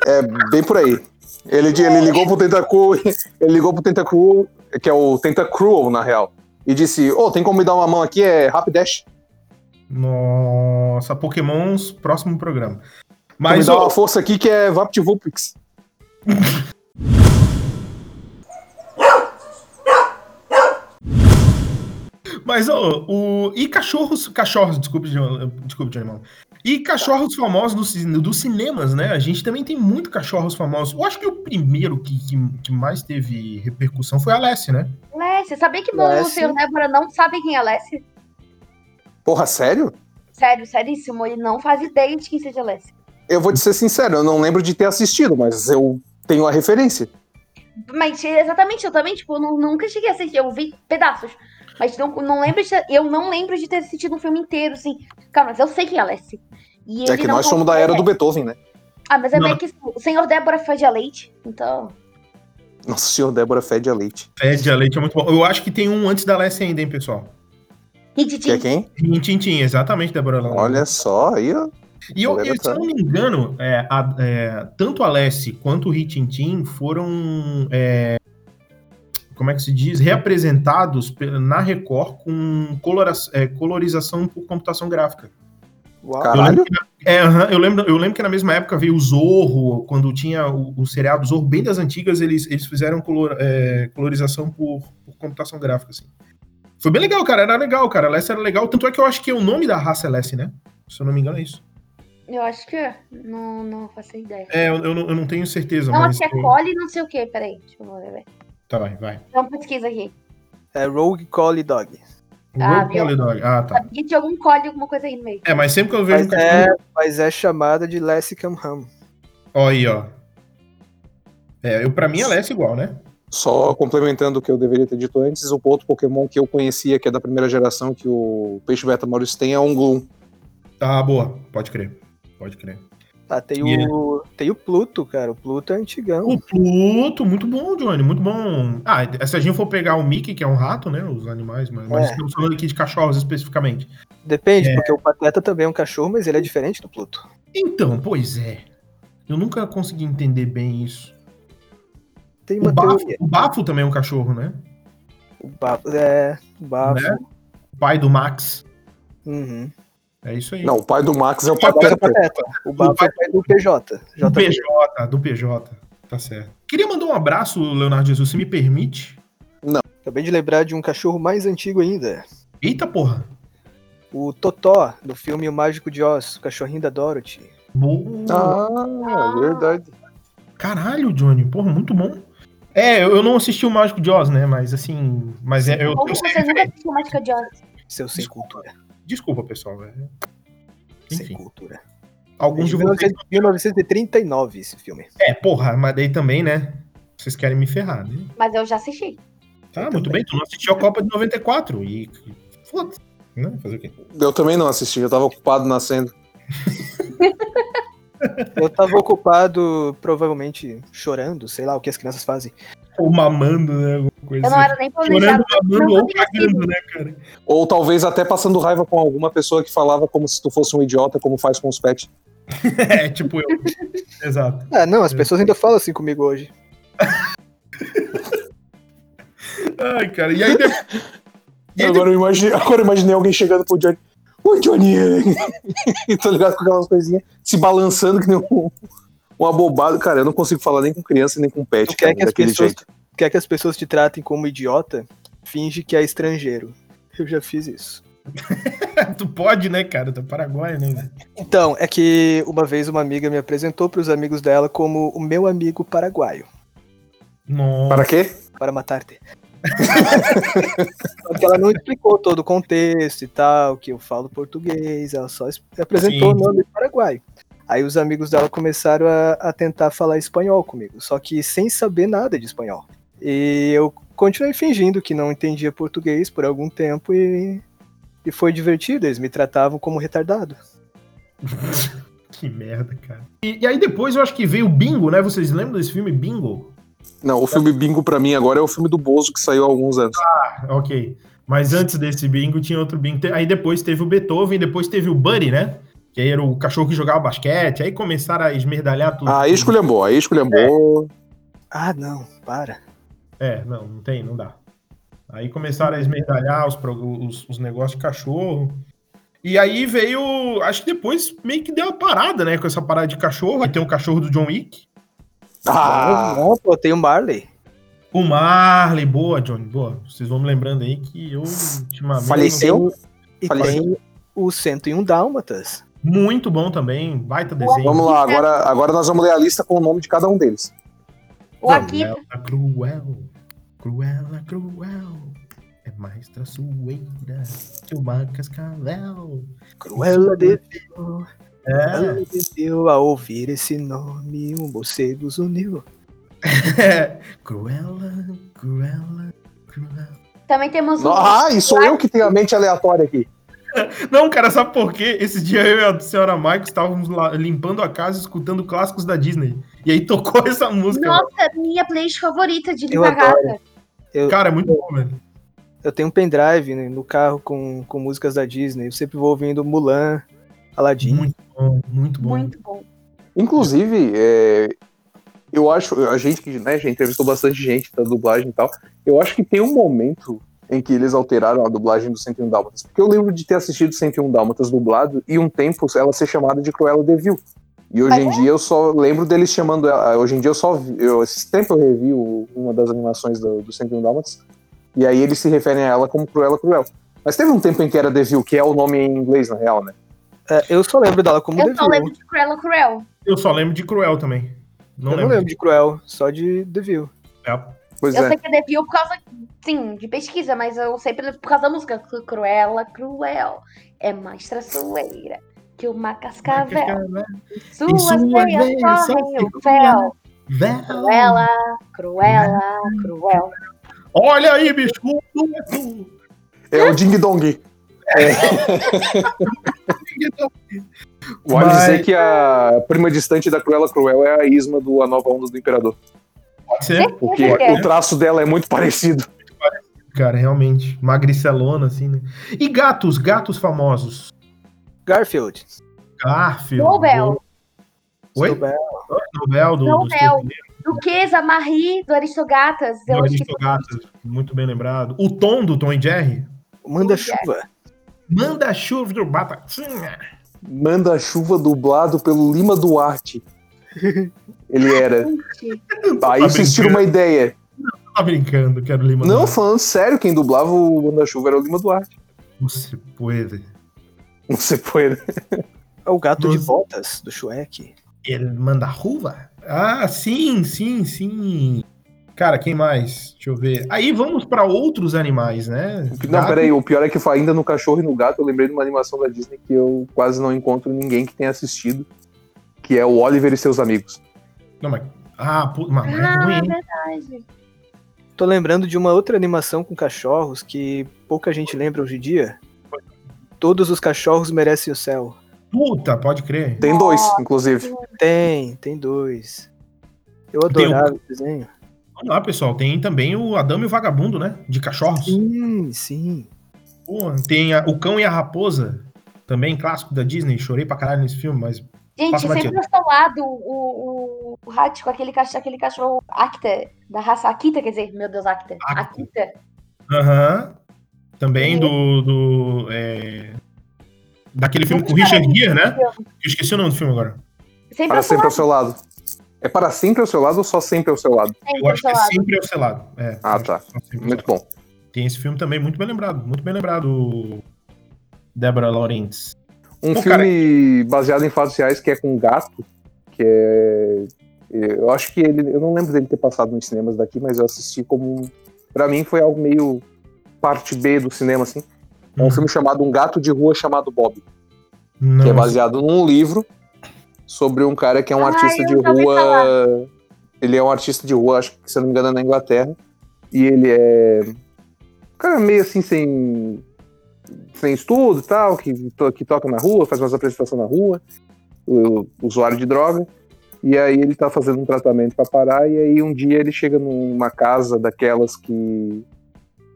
[SPEAKER 4] É bem por aí. Ele, di- ele ligou pro Tentacru, ele ligou pro Tentacru, que é o Tentacruel, na real. E disse, ô, tem como me dar uma mão aqui? É Rapidash.
[SPEAKER 1] Nossa, Pokémons, próximo programa.
[SPEAKER 4] Mas me
[SPEAKER 1] Mas,
[SPEAKER 4] dá
[SPEAKER 1] ó,
[SPEAKER 4] uma força aqui que é VaptVulpix.
[SPEAKER 1] mas ó, o. E cachorros. Cachorros, desculpe, de, desculpe, de animal. E cachorros famosos do ci- dos cinemas, né? A gente também tem muito cachorros famosos. Eu acho que o primeiro que, que, que mais teve repercussão foi a Alessia, né?
[SPEAKER 6] Lécia, sabia que o
[SPEAKER 5] Lécia.
[SPEAKER 6] senhor Débora não sabe quem é Lécia?
[SPEAKER 4] Porra, sério?
[SPEAKER 6] Sério, seríssimo. Ele não faz ideia de quem seja Lécia.
[SPEAKER 4] Eu vou te ser sincero, eu não lembro de ter assistido, mas eu tenho a referência.
[SPEAKER 6] Mas exatamente, eu também, tipo, não, nunca cheguei a assistir. Eu vi pedaços. Mas não, não lembro de, eu não lembro de ter assistido um filme inteiro, assim. Cara, mas eu sei quem é Lécia. E
[SPEAKER 4] É
[SPEAKER 6] ele
[SPEAKER 4] que
[SPEAKER 6] não
[SPEAKER 4] nós somos da
[SPEAKER 6] faz
[SPEAKER 4] era do
[SPEAKER 6] ideia.
[SPEAKER 4] Beethoven, né?
[SPEAKER 6] Ah, mas é
[SPEAKER 1] Não.
[SPEAKER 6] meio que o senhor Débora faz de leite, então.
[SPEAKER 4] Nossa senhora, Débora fede a leite.
[SPEAKER 1] Fede a leite é muito bom. Eu acho que tem um antes da Alessia ainda, hein, pessoal?
[SPEAKER 6] E
[SPEAKER 4] Que é
[SPEAKER 6] Didi.
[SPEAKER 4] quem?
[SPEAKER 1] Tim, Tim, Tim, exatamente, Débora. Lalonde.
[SPEAKER 4] Olha só, aí ó.
[SPEAKER 1] E eu,
[SPEAKER 4] Olha
[SPEAKER 1] eu- se eu não me engano, é, a- é, tanto a Lessie quanto o Ritintin foram. é, como é que se diz? Reapresentados pe- na Record com colora- é, colorização por computação gráfica.
[SPEAKER 5] Uau.
[SPEAKER 1] Eu
[SPEAKER 4] Caralho.
[SPEAKER 1] lembro, que, é, aham, eu, lembro, eu lembro que na mesma época veio o Zorro, quando tinha o, o seriado Zorro, bem das antigas, eles, eles fizeram color- é, colorização por, por computação gráfica, assim. Foi bem legal, cara. Era legal, cara. A Lessie era legal. Tanto é que eu acho que o nome da raça é Lessie, né? Se eu não me engano, é isso.
[SPEAKER 6] Eu acho que é. Não, não faço ideia.
[SPEAKER 1] É, eu, eu não, eu não tenho certeza,
[SPEAKER 6] Não,
[SPEAKER 1] mas.
[SPEAKER 6] acho que é
[SPEAKER 1] eu-
[SPEAKER 6] Cole não sei o que, peraí. Deixa eu ver.
[SPEAKER 1] Tá, vai, vai.
[SPEAKER 6] Dá uma pesquisa aqui.
[SPEAKER 5] É Rogue Collie Dog.
[SPEAKER 6] Ah,
[SPEAKER 1] Rogue Collie Dog. Ah, tá.
[SPEAKER 6] Sabia de algum Cole, alguma coisa aí no meio.
[SPEAKER 1] É, mas sempre que eu vejo um
[SPEAKER 5] Mas
[SPEAKER 1] cachorro.
[SPEAKER 5] é, mas é chamada de Lessicam Ham.
[SPEAKER 1] Ó, aí, ó. É, eu, pra mim, ela é essa igual, né?
[SPEAKER 4] Só complementando o que eu deveria ter dito antes, o outro Pokémon que eu conhecia, que é da primeira geração, que o Peixe Beta Maurício tem, é um Gloom.
[SPEAKER 1] Tá, boa. Pode crer. Pode crer.
[SPEAKER 5] Ah, tem,
[SPEAKER 1] Yeah. Uh.
[SPEAKER 5] o, tem o Pluto, cara. O Pluto é antigão.
[SPEAKER 1] O Pluto, Um muito bom, Johnny, muito bom. Ah, se a gente for pegar o Mickey, que é um rato, né? Os animais, mas, mas
[SPEAKER 5] É.
[SPEAKER 1] estamos falando aqui de cachorros especificamente.
[SPEAKER 5] Depende, porque o Pateta também é um cachorro, mas ele é diferente do Pluto.
[SPEAKER 1] Então, pois é. Eu nunca consegui entender bem isso.
[SPEAKER 5] Tem
[SPEAKER 1] O
[SPEAKER 5] uma
[SPEAKER 1] bafo,
[SPEAKER 5] teoria.
[SPEAKER 1] o bafo também é um cachorro, né?
[SPEAKER 5] O bafo. É, o bafo.
[SPEAKER 1] Né? O pai do Max.
[SPEAKER 5] Uhum.
[SPEAKER 1] É isso aí.
[SPEAKER 4] Não, o pai do Max é o
[SPEAKER 5] O bafo é
[SPEAKER 4] Pateta.
[SPEAKER 5] o Pateta. O bafo é o pai do PJ.
[SPEAKER 1] Do
[SPEAKER 5] JP.
[SPEAKER 1] PJ, do PJ. Tá certo. Queria mandar um abraço, Leonardo Jesus, se me permite.
[SPEAKER 5] Acabei de lembrar de um cachorro mais antigo ainda.
[SPEAKER 1] Eita porra.
[SPEAKER 5] O Totó, do filme O Mágico de Oz, o cachorrinho da Dorothy.
[SPEAKER 1] Boa.
[SPEAKER 4] Ah, verdade.
[SPEAKER 1] Caralho, Johnny. Porra, muito bom. É, eu eu não assisti o Mágico de Oz, né? Mas assim. Mas é, eu,
[SPEAKER 6] Ou
[SPEAKER 1] eu sei.
[SPEAKER 6] você nunca assistiu Mágica de Oz?
[SPEAKER 5] Seu sem cultura.
[SPEAKER 1] Desculpa, pessoal. é.
[SPEAKER 5] Sem
[SPEAKER 1] Enfim,
[SPEAKER 5] cultura. É
[SPEAKER 1] alguns
[SPEAKER 5] de
[SPEAKER 1] de vocês.
[SPEAKER 5] 1939 esse filme.
[SPEAKER 1] É, porra, mas daí também, né? Vocês querem me ferrar, né?
[SPEAKER 6] Mas eu já assisti.
[SPEAKER 1] Tá, muito bem. Tu não assistiu a Copa de 94. E. Foda-se. Né? Fazer o quê?
[SPEAKER 4] Eu também não assisti, eu tava ocupado nascendo.
[SPEAKER 5] Eu tava ocupado, provavelmente chorando, sei lá o que as crianças fazem.
[SPEAKER 1] Ou mamando, né? Alguma coisa.
[SPEAKER 6] Eu não era nem planejado.
[SPEAKER 1] Chorando, mamando
[SPEAKER 6] não
[SPEAKER 1] ou
[SPEAKER 6] tinha sido.
[SPEAKER 1] cagando, né, cara?
[SPEAKER 4] Ou talvez até passando raiva com alguma pessoa que falava como se tu fosse um idiota, como faz com os pets.
[SPEAKER 1] É, tipo eu. Exato.
[SPEAKER 5] Ah, não, as pessoas ainda falam assim comigo hoje.
[SPEAKER 1] Ai, cara. E aí depois. E aí,
[SPEAKER 4] Agora eu, imaginei, agora eu imaginei alguém chegando pro Johnny. Oi, Johnny! tá ligado com aquelas coisinhas se balançando que nem um, um abobado. Cara, eu não consigo falar nem com criança, nem com pet,
[SPEAKER 5] Tu quer
[SPEAKER 4] cara,
[SPEAKER 5] que as
[SPEAKER 4] daquele
[SPEAKER 5] pessoas-
[SPEAKER 4] jeito.
[SPEAKER 5] Quer que as pessoas te tratem como idiota? Finge que é estrangeiro. Eu já fiz isso.
[SPEAKER 1] depois- tu pode, né, cara? Tu é Paraguai, né? velho?
[SPEAKER 5] Então, é que uma vez uma amiga me apresentou pros amigos dela como o meu amigo paraguaio,
[SPEAKER 1] Nossa.
[SPEAKER 4] Para quê?
[SPEAKER 5] para matar-te. Só que ela não explicou todo o contexto e tal, que eu falo português, ela só es- apresentou
[SPEAKER 1] Sim.
[SPEAKER 5] o nome paraguaio. Aí os amigos dela começaram a, a tentar falar espanhol comigo, só que sem saber nada de espanhol. E eu continuei fingindo que não entendia português por algum tempo e, e foi divertido, eles me tratavam como retardado.
[SPEAKER 1] Que merda, cara. E, e aí depois eu acho que veio o Bingo, né? Vocês lembram desse filme Bingo?
[SPEAKER 4] Não, o filme Bingo pra mim agora é o filme do Bozo que saiu há alguns anos.
[SPEAKER 1] Ah, ok. Mas antes desse Bingo tinha outro Bingo. Te- Aí depois teve o Beethoven, depois teve o Buddy, né? Que aí era o cachorro que jogava basquete. Aí começaram a esmerdalhar tudo.
[SPEAKER 4] Ah, Aí esculhambou, aí
[SPEAKER 5] É.
[SPEAKER 4] esculhambou.
[SPEAKER 5] Ah, não, para.
[SPEAKER 1] É, não, não tem, não dá. Aí começaram a esmerdalhar os, pro- os, os negócios de cachorro. E aí veio. Acho que depois meio que deu uma parada, né? Com essa parada de cachorro. Aí tem o cachorro do John Wick.
[SPEAKER 4] Ah,
[SPEAKER 5] Não, não, pô, tem um o Marley.
[SPEAKER 1] O Marley, boa, Johnny, boa. Vocês vão me lembrando aí que eu ultimamente.
[SPEAKER 4] faleceu?
[SPEAKER 5] E
[SPEAKER 4] Faleceu.
[SPEAKER 5] tem o 101 Dálmatas.
[SPEAKER 1] Muito bom também, baita desenho.
[SPEAKER 4] Vamos lá, agora, agora nós vamos ler a lista com o nome de cada um deles.
[SPEAKER 6] O Akita.
[SPEAKER 1] Cruela, é cruel, cruela, cruel. É mais traçoeira que uma cascavel.
[SPEAKER 5] Cruella de
[SPEAKER 1] É.
[SPEAKER 5] Ela desceu a ouvir esse nome, um morcego os uniu.
[SPEAKER 1] É. cruela, cruela, cruela.
[SPEAKER 6] Também temos um
[SPEAKER 4] No- Ah, e sou eu que tenho a mente aleatória aqui.
[SPEAKER 1] Não, cara, sabe por quê? Esse dia eu e a senhora Michael estávamos lá limpando a casa escutando clássicos da Disney. E aí tocou essa música.
[SPEAKER 6] Nossa, é minha playlist favorita de
[SPEAKER 5] Eu
[SPEAKER 6] Lima Gata.
[SPEAKER 1] Cara, é muito bom, velho.
[SPEAKER 5] Eu tenho um pendrive né, no carro com, com músicas da Disney. Eu sempre vou ouvindo Mulan, Aladdin.
[SPEAKER 1] Muito bom, muito bom.
[SPEAKER 6] Muito bom.
[SPEAKER 4] Inclusive, é, eu acho, a gente que né, já entrevistou bastante gente da dublagem e tal, eu acho que tem um momento em que eles alteraram a dublagem do 101 Dálmatas, porque eu lembro de ter assistido 101 Dálmatas dublado e um tempo ela ser chamada de Cruella de Vil. E hoje
[SPEAKER 6] um
[SPEAKER 4] em dia eu só lembro deles chamando ela, ah, hoje em dia eu só, vi- eu, esses tempos eu revi o- uma das animações do, do 101 Dálmatas, e aí eles se referem a ela como Cruella Cruel. Mas teve um tempo em que era Devil, que é o nome em inglês, na real, né?
[SPEAKER 5] É, eu só lembro dela como
[SPEAKER 6] Eu só lembro
[SPEAKER 5] Devil.
[SPEAKER 6] de Cruella Cruel.
[SPEAKER 1] Eu só lembro de Cruel também. Não
[SPEAKER 5] Eu não
[SPEAKER 1] lembro.
[SPEAKER 5] lembro de Cruel, só de Devil.
[SPEAKER 1] É.
[SPEAKER 4] Pois
[SPEAKER 6] Eu
[SPEAKER 4] é.
[SPEAKER 6] sei que é Devil por causa, sim, de pesquisa, mas eu sei pela- por causa da música. Cru- Cruella, cruel, é mais traçoeira que uma cascavel.
[SPEAKER 1] Em
[SPEAKER 6] Suas
[SPEAKER 1] sua veia
[SPEAKER 6] veias correm
[SPEAKER 1] só
[SPEAKER 6] o fel.
[SPEAKER 1] Véu.
[SPEAKER 6] Cruella, cruela, cruel.
[SPEAKER 1] Olha aí, bicho! o dueto.
[SPEAKER 4] É o Ding Dong.
[SPEAKER 1] Então
[SPEAKER 4] Vale
[SPEAKER 1] Mas-
[SPEAKER 4] dizer que a prima distante da Cruella Cruel é a Isma do A Nova Onda do Imperador.
[SPEAKER 1] Pode ser,
[SPEAKER 4] Porque
[SPEAKER 6] Certeza que é.
[SPEAKER 4] o traço dela é muito parecido.
[SPEAKER 1] cara, realmente. Magricelona, assim, né? E gatos, gatos famosos.
[SPEAKER 5] Garfield.
[SPEAKER 1] Garfield.
[SPEAKER 6] Nobel.
[SPEAKER 1] Oi?
[SPEAKER 5] Snowbell.
[SPEAKER 1] Nobel do, do
[SPEAKER 6] Nobel.
[SPEAKER 1] Stuart Little,
[SPEAKER 6] Duquesa, Marie, do Aristogatas.
[SPEAKER 1] do
[SPEAKER 6] Eu acho que
[SPEAKER 1] Aristogatas, muito bem lembrado. O Tom do Tom e Jerry.
[SPEAKER 5] Manda chuva.
[SPEAKER 1] Manda a chuva do Batatinha.
[SPEAKER 4] Manda chuva dublado pelo Lima Duarte. Ele era.
[SPEAKER 6] gente.
[SPEAKER 4] Aí vocês tiram uma ideia.
[SPEAKER 1] Tá brincando, quero lhe mandar.
[SPEAKER 4] Não, falando sério, quem dublava o Manda Chuva era o Lima Duarte.
[SPEAKER 1] Você pode.
[SPEAKER 4] Não sei foi. né?
[SPEAKER 5] É o gato de
[SPEAKER 1] Nossa.
[SPEAKER 5] botas do Shrek.
[SPEAKER 1] Ele manda ruva? Ah, sim, sim, sim. Cara, quem mais? Deixa eu ver. Aí vamos para outros animais, né?
[SPEAKER 4] Não, peraí, o pior é que foi ainda no Cachorro e no Gato. Eu lembrei de uma animação da Disney que eu quase não encontro ninguém que tenha assistido. Que é o Oliver e seus amigos.
[SPEAKER 1] Não, mas... Ah, pô, mas é
[SPEAKER 6] Ah,
[SPEAKER 1] ruim, hein?
[SPEAKER 6] verdade.
[SPEAKER 5] Tô lembrando de uma outra animação com cachorros que pouca gente lembra hoje em dia. Todos os cachorros merecem o céu.
[SPEAKER 1] Puta, pode crer.
[SPEAKER 4] Tem dois, inclusive.
[SPEAKER 5] Tem, tem dois. Eu
[SPEAKER 1] Tem um-
[SPEAKER 5] adorava o desenho.
[SPEAKER 1] Vamos lá, pessoal. Tem também o Adame e o Vagabundo, né? De cachorros.
[SPEAKER 5] Sim, sim.
[SPEAKER 1] Pô, tem a- O Cão e a Raposa, também clássico da Disney. Chorei pra caralho nesse filme, mas
[SPEAKER 6] Gente,
[SPEAKER 1] Passa
[SPEAKER 6] sempre
[SPEAKER 1] batido.
[SPEAKER 6] ao seu lado o, o, o Hatch com aquele, cach aquele cachorro Akita, da raça Akita, quer dizer, meu Deus, Akita.
[SPEAKER 1] Akita.
[SPEAKER 6] Akita.
[SPEAKER 1] Aham. Também do. do é, Daquele filme com o Richard Gere, né? Eu esqueci o nome do filme agora.
[SPEAKER 6] Sempre
[SPEAKER 4] Para
[SPEAKER 6] ao seu
[SPEAKER 4] sempre
[SPEAKER 6] lado.
[SPEAKER 4] ao seu lado. É para sempre ao seu lado ou só sempre ao seu lado?
[SPEAKER 6] Sempre
[SPEAKER 1] Eu
[SPEAKER 6] ao
[SPEAKER 1] acho que
[SPEAKER 6] seu
[SPEAKER 1] é
[SPEAKER 6] lado.
[SPEAKER 1] sempre ao seu lado. É,
[SPEAKER 4] Ah,
[SPEAKER 1] eu acho
[SPEAKER 4] tá.
[SPEAKER 1] que é sempre ao
[SPEAKER 4] Muito bom.
[SPEAKER 1] seu- Tem esse filme também, muito bem lembrado. Muito bem lembrado, Débora Lawrence.
[SPEAKER 4] Um
[SPEAKER 1] Pô, cara.
[SPEAKER 4] filme baseado em fatos reais que é com um gato, que é. Eu acho que ele. Eu não lembro dele ter passado nos cinemas daqui, mas eu assisti como. um- Pra mim foi algo meio parte B do cinema, assim. É um
[SPEAKER 1] Uhum.
[SPEAKER 4] filme chamado Um Gato de Rua Chamado Bob,
[SPEAKER 1] Hum, Não,
[SPEAKER 4] que é baseado num livro sobre um cara que é um
[SPEAKER 6] Ah,
[SPEAKER 4] artista
[SPEAKER 6] eu
[SPEAKER 4] de
[SPEAKER 6] já ouvi
[SPEAKER 4] rua. Ele é um artista de rua, acho que se eu não me engano é na Inglaterra. E ele é. Um cara meio assim sem. sem estudo e tal, que, to- que toca na rua, faz umas apresentações na rua, o- o usuário de droga. E aí ele tá fazendo um tratamento pra parar, e aí um dia ele chega numa casa daquelas que,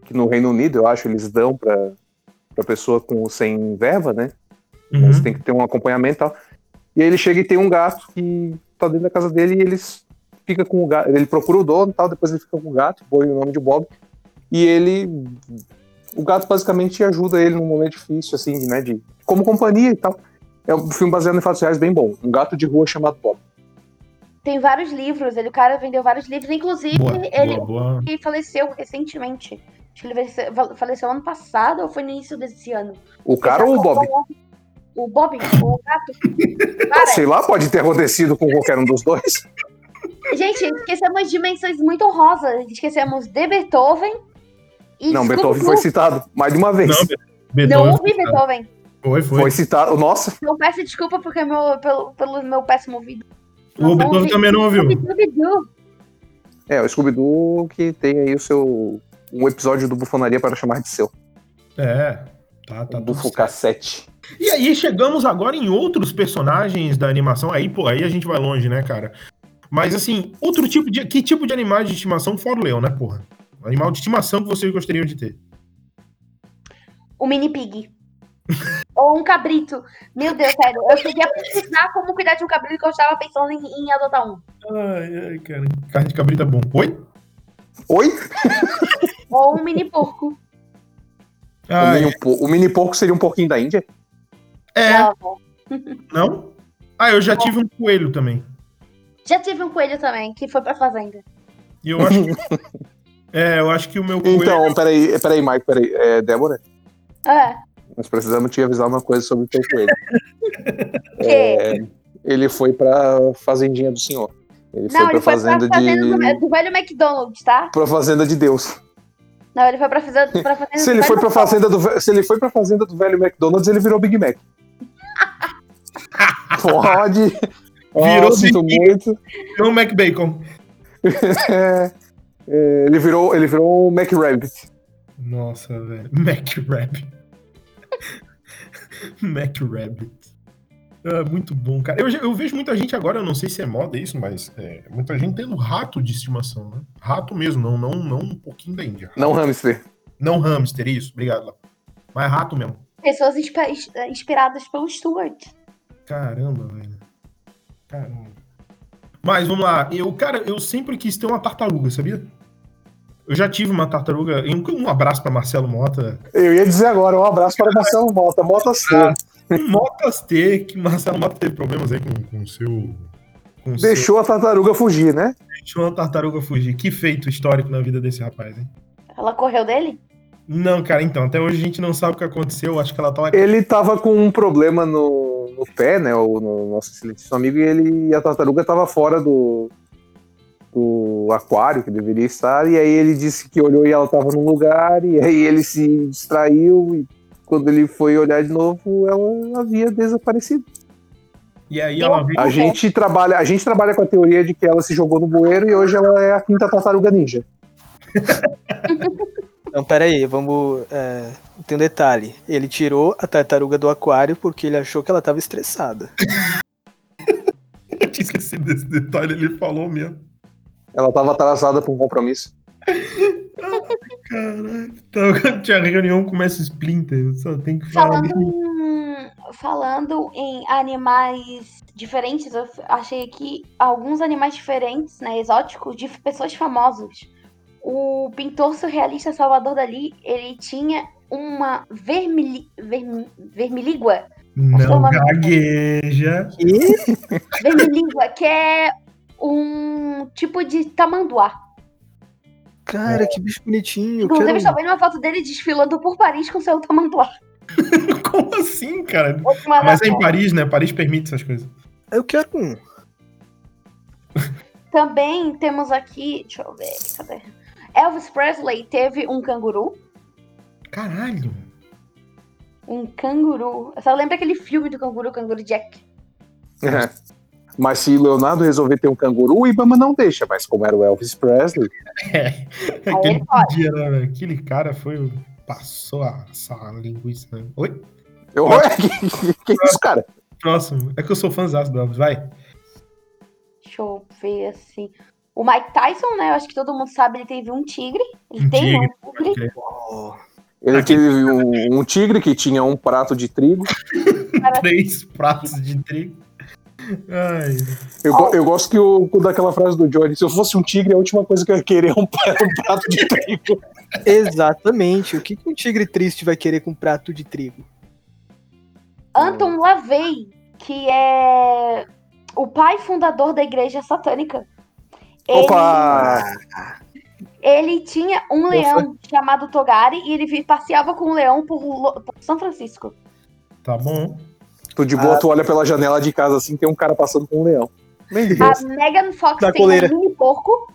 [SPEAKER 4] que no Reino Unido, eu acho, eles dão pra, pra pessoa com, sem verba, né?
[SPEAKER 1] uhum.
[SPEAKER 4] Você tem que ter um acompanhamento e tal. E aí ele chega e tem um gato que tá dentro da casa dele e eles fica com o gato. Ele procura o dono e tal, depois ele fica com o gato, põe o nome de Bob. E ele. O gato basicamente ajuda ele num momento difícil, assim, né? De, como companhia e tal. É um filme baseado em fatos reais bem bom. Um gato de rua chamado Bob.
[SPEAKER 6] Tem vários livros, ele, o cara vendeu vários livros, inclusive
[SPEAKER 1] Boa,
[SPEAKER 6] ele
[SPEAKER 1] boa, boa.
[SPEAKER 6] ele faleceu recentemente. Acho que ele falece- faleceu ano passado ou foi no início desse ano.
[SPEAKER 4] O cara ou o Bob?
[SPEAKER 6] O Bob, o
[SPEAKER 4] Ah,
[SPEAKER 6] gato. Cara,
[SPEAKER 4] sei lá, pode ter acontecido com qualquer um dos dois.
[SPEAKER 6] Gente, esquecemos dimensões muito honrosas. Esquecemos de Beethoven e
[SPEAKER 4] Não,
[SPEAKER 6] Scooby-Doo.
[SPEAKER 4] Beethoven foi né? citado mais de uma vez.
[SPEAKER 1] Não,
[SPEAKER 6] Não
[SPEAKER 1] Beethoven.
[SPEAKER 6] ouvi Beethoven.
[SPEAKER 1] Foi,
[SPEAKER 4] foi.
[SPEAKER 1] foi.
[SPEAKER 4] citado. Nossa,
[SPEAKER 6] Então peço desculpa porque meu, pelo, pelo meu péssimo ouvido.
[SPEAKER 1] O Beethoven também não ouviu.
[SPEAKER 6] Scooby-Doo.
[SPEAKER 4] é, o Scooby-Doo que tem aí o seu. Um episódio do Bufonaria para chamar de seu.
[SPEAKER 1] É. Tá, tá tudo
[SPEAKER 4] Bufo
[SPEAKER 1] certo.
[SPEAKER 4] cassete.
[SPEAKER 1] E aí chegamos agora em outros personagens da animação. Aí, pô, aí a gente vai longe, né, cara? Mas assim, outro tipo de. Que tipo de animais de estimação fora o leão, né, porra? Animal de estimação que vocês gostariam de ter.
[SPEAKER 6] O Mini Pig. Ou um cabrito. Meu Deus, sério. Eu cheguei a pesquisar como cuidar de um cabrito que eu estava pensando em, em adotar um.
[SPEAKER 1] Ai, ai, cara. Carne de cabrita é bom. Oi?
[SPEAKER 4] Oi?
[SPEAKER 6] Ou um mini porco.
[SPEAKER 4] O
[SPEAKER 1] Ai,
[SPEAKER 4] mini, po- o mini porco seria um porquinho da Índia?
[SPEAKER 1] é,
[SPEAKER 6] Não.
[SPEAKER 1] não? Ah, eu já tive um coelho também.
[SPEAKER 6] Já tive um coelho também, que foi pra fazenda.
[SPEAKER 1] E eu acho que. É, eu acho que o meu coelho.
[SPEAKER 4] Então, peraí, peraí, Mike, peraí. É, Débora,
[SPEAKER 6] É.
[SPEAKER 4] nós precisamos te avisar uma coisa sobre o teu coelho.
[SPEAKER 6] Que?
[SPEAKER 4] É, Ele foi pra fazendinha do senhor. Ele foi
[SPEAKER 6] Não,
[SPEAKER 4] pra
[SPEAKER 6] ele foi pra
[SPEAKER 4] fazenda
[SPEAKER 6] fazenda
[SPEAKER 4] de.
[SPEAKER 6] do, do velho McDonald's, tá?
[SPEAKER 4] Pra fazenda de Deus.
[SPEAKER 6] Não, ele foi pra fazenda, pra fazenda
[SPEAKER 4] Se
[SPEAKER 6] do
[SPEAKER 4] ele
[SPEAKER 6] velho
[SPEAKER 4] foi pra
[SPEAKER 6] McDonald's.
[SPEAKER 4] fazenda do, ve- se ele foi pra fazenda do velho McDonald's, ele virou Big Mac. Pode.
[SPEAKER 1] Virou
[SPEAKER 4] Virou sinto
[SPEAKER 1] Big
[SPEAKER 4] muito.
[SPEAKER 1] Não, Mac Bacon.
[SPEAKER 4] É, é, ele virou, ele virou um McRabbit.
[SPEAKER 1] Nossa, velho. Mac Rabbit. Mac Rabbit. É muito bom, cara. Eu, já- eu vejo muita gente agora, eu não sei se é moda isso, mas é, muita gente tendo rato de estimação, né? Rato mesmo, não, não, não um pouquinho da Índia.
[SPEAKER 4] Não hamster.
[SPEAKER 1] Não hamster, isso. Obrigado, Lau. Mas é rato mesmo.
[SPEAKER 6] Pessoas inspi- ins- inspiradas pelo Stuart.
[SPEAKER 1] Caramba, velho. Caramba. Mas vamos lá. Eu, cara, eu sempre quis ter uma tartaruga, sabia? Eu já tive uma tartaruga. Um, um abraço pra Marcelo Mota.
[SPEAKER 4] Eu ia dizer agora, um abraço para o Marcelo Mota. Mota C.
[SPEAKER 1] O Motas T, que Marcelo Mota teve problemas aí com, com o seu. Com o seu-
[SPEAKER 4] Deixou a tartaruga fugir, né?
[SPEAKER 1] Deixou a tartaruga fugir. Que feito histórico na vida desse rapaz, hein?
[SPEAKER 6] Ela correu dele?
[SPEAKER 1] Não, cara, então, até hoje a gente não sabe o que aconteceu. Acho que ela tá tava.
[SPEAKER 4] Ele tava com um problema no, no pé, né? O no nosso excelentíssimo amigo, e ele e a tartaruga tava fora do, do aquário que deveria estar. E aí ele disse que olhou e ela tava num lugar, e aí ele se distraiu, e quando ele foi olhar de novo, ela havia desaparecido.
[SPEAKER 1] E aí ela veio.
[SPEAKER 4] A gente trabalha, a gente trabalha com a teoria de que ela se jogou no bueiro e hoje ela é a quinta tartaruga ninja.
[SPEAKER 5] Não, peraí, vamos. é, tem um detalhe. Ele tirou a tartaruga do aquário porque ele achou que ela tava estressada.
[SPEAKER 1] Eu tinha esquecido desse detalhe, ele falou mesmo.
[SPEAKER 4] Ela tava atrasada pra um compromisso.
[SPEAKER 1] Caralho. Então, quando tinha reunião, começa Splinter. eu Só tem que falar.
[SPEAKER 6] Falando em, falando em animais diferentes, eu f- achei aqui alguns animais diferentes, né, exóticos, de pessoas famosas. O pintor surrealista Salvador Dali, ele tinha uma vermili, vermi- vermilígua,
[SPEAKER 1] Não
[SPEAKER 6] Falando-
[SPEAKER 1] gagueja.
[SPEAKER 6] vermilígua, que é um tipo de tamanduá.
[SPEAKER 5] Cara, que bicho bonitinho.
[SPEAKER 6] Inclusive,
[SPEAKER 5] Quero... um.
[SPEAKER 6] estou vendo uma foto dele desfilando por Paris com seu tamanduá.
[SPEAKER 1] Como assim, cara?
[SPEAKER 6] Vou te mandar
[SPEAKER 1] Mas é em
[SPEAKER 6] foto.
[SPEAKER 1] Paris, né? Paris permite essas coisas.
[SPEAKER 5] um. Eu quero um.
[SPEAKER 6] Também temos aqui, deixa eu ver, cadê? Elvis Presley teve um canguru.
[SPEAKER 1] Caralho.
[SPEAKER 6] Um canguru. Eu só lembro aquele filme do canguru, Canguru Jack.
[SPEAKER 4] Mas se Leonardo resolver ter um canguru, o Ibama não deixa. Mas como era o Elvis Presley,
[SPEAKER 1] É. Aquele
[SPEAKER 6] ele pode.
[SPEAKER 1] dia, né, velho? Aquele cara foi. Passou a, essa linguiça. Né? Oi?
[SPEAKER 4] eu, ué, que, que, que isso, cara?
[SPEAKER 1] Próximo. É que eu sou fãzão do Elvis, vai.
[SPEAKER 6] Deixa eu ver assim. O Mike Tyson, né? Eu acho que todo mundo sabe, ele teve um tigre. Ele
[SPEAKER 1] Um
[SPEAKER 6] tem
[SPEAKER 1] tigre,
[SPEAKER 6] um tigre.
[SPEAKER 4] Ele teve um, um tigre que tinha um prato de trigo.
[SPEAKER 1] Três pratos de trigo. Ai.
[SPEAKER 4] Eu, go- eu gosto que o, daquela frase do Johnny: se eu fosse um tigre, a última coisa que eu ia querer é um, pra- um prato de trigo.
[SPEAKER 5] Exatamente. O que que um tigre triste vai querer com um prato de trigo?
[SPEAKER 6] Anton LaVey, que é o pai fundador da igreja satânica. Ele,
[SPEAKER 4] Opa!
[SPEAKER 6] ele tinha um leão chamado Togari e ele vi- passeava com um leão por, Lo- por São Francisco.
[SPEAKER 1] Tá bom.
[SPEAKER 4] Tu de boa, tu olha pela janela de casa assim, tem um cara passando com um leão.
[SPEAKER 6] A Megan Fox
[SPEAKER 5] Da
[SPEAKER 6] tem
[SPEAKER 5] coleira.
[SPEAKER 6] um mini porco.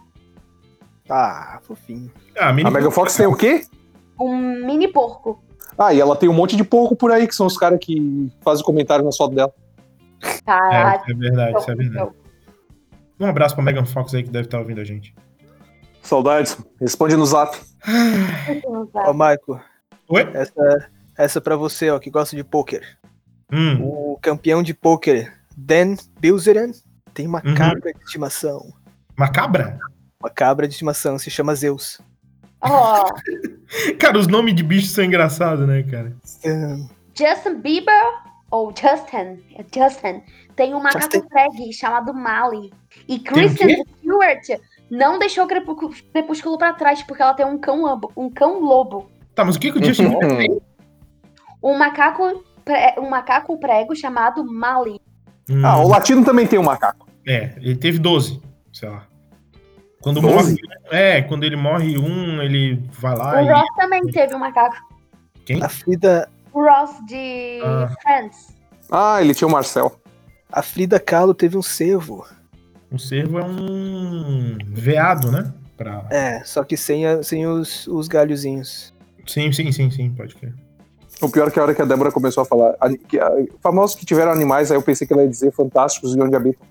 [SPEAKER 5] Ah, fofinho.
[SPEAKER 1] Ah,
[SPEAKER 4] A
[SPEAKER 1] menino.
[SPEAKER 4] Mega Fox tem o quê?
[SPEAKER 6] Um mini porco.
[SPEAKER 4] Ah, e ela tem um monte de porco por aí, que são os caras que fazem comentário na foto dela.
[SPEAKER 1] É,
[SPEAKER 6] Caraca.
[SPEAKER 1] isso é verdade, isso é verdade.
[SPEAKER 6] meu.
[SPEAKER 1] Um abraço pra Megan Fox aí que deve estar ouvindo a gente.
[SPEAKER 4] Saudades. Responde no zap.
[SPEAKER 6] tipo, tá.
[SPEAKER 5] Ó, Marco.
[SPEAKER 1] Oi?
[SPEAKER 5] Essa, essa pra você, ó, que gosta de pôquer.
[SPEAKER 1] Hum.
[SPEAKER 5] O campeão de pôquer, Dan Bilzerian, tem uma
[SPEAKER 1] Uhum.
[SPEAKER 5] cabra de estimação.
[SPEAKER 1] Uma cabra?
[SPEAKER 5] Uma cabra de estimação, se chama Zeus.
[SPEAKER 6] Ó,
[SPEAKER 1] Cara, os nomes de bichos são engraçados, né, cara?
[SPEAKER 5] Ahn,
[SPEAKER 6] Justin Bieber ou Justin, é Justin, tem um macaco
[SPEAKER 5] Justin.
[SPEAKER 6] drag chamado Mali. E
[SPEAKER 1] o quê?
[SPEAKER 6] Kristen Stewart não deixou o Crepú- Crepúsculo pra trás porque ela tem um cão lobo, um cão lobo.
[SPEAKER 1] Tá, mas o que, que o Justin Bieber tem?
[SPEAKER 6] Um macaco pre- um macaco prego chamado Mali.
[SPEAKER 1] Hum,
[SPEAKER 4] Ah, o latino também tem um macaco.
[SPEAKER 1] É, ele teve 12, sei lá. Quando
[SPEAKER 4] 12?
[SPEAKER 1] morre. É, quando ele morre um, ele vai lá
[SPEAKER 6] O
[SPEAKER 1] e.
[SPEAKER 6] Ross também teve um macaco.
[SPEAKER 1] Quem?
[SPEAKER 5] a Frida,
[SPEAKER 6] O Ross de
[SPEAKER 1] Ah.
[SPEAKER 6] Friends.
[SPEAKER 4] Ah, ele tinha o Marcel.
[SPEAKER 5] a Frida Kahlo teve um cervo.
[SPEAKER 1] Um cervo é um veado, né? Pra...
[SPEAKER 5] É, só que sem, a- sem os, os galhozinhos.
[SPEAKER 1] Sim, sim, sim, sim, pode crer.
[SPEAKER 4] O pior é que a hora que a Débora começou a falar. a- que- a- famosos que tiveram animais, aí eu pensei que ela ia dizer fantásticos e onde habitam.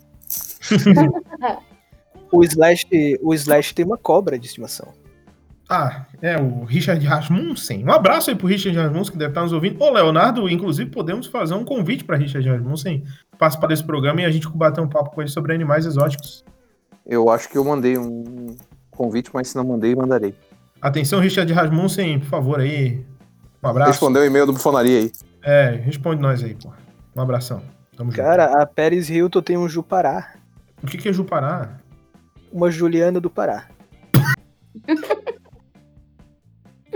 [SPEAKER 5] O Slash, o Slash tem uma cobra de estimação.
[SPEAKER 1] Ah, é o Richard Rasmussen. Um abraço aí pro Richard Rasmussen que deve estar nos ouvindo. Ô, Leonardo, inclusive podemos fazer um convite para Richard Rasmussen participar desse programa e a gente bater um papo com ele sobre animais exóticos.
[SPEAKER 4] Eu acho que eu mandei um convite, mas se não mandei, mandarei.
[SPEAKER 1] Atenção, Richard Rasmussen, por favor aí. Um abraço.
[SPEAKER 4] Respondeu o e-mail do Bufonaria aí.
[SPEAKER 1] É, responde nós aí, pô. Um abração. Tamo junto.
[SPEAKER 5] Cara, a Pérez Hilton tem um Jupará.
[SPEAKER 1] O que que é Jupará?
[SPEAKER 5] Uma Juliana do Pará.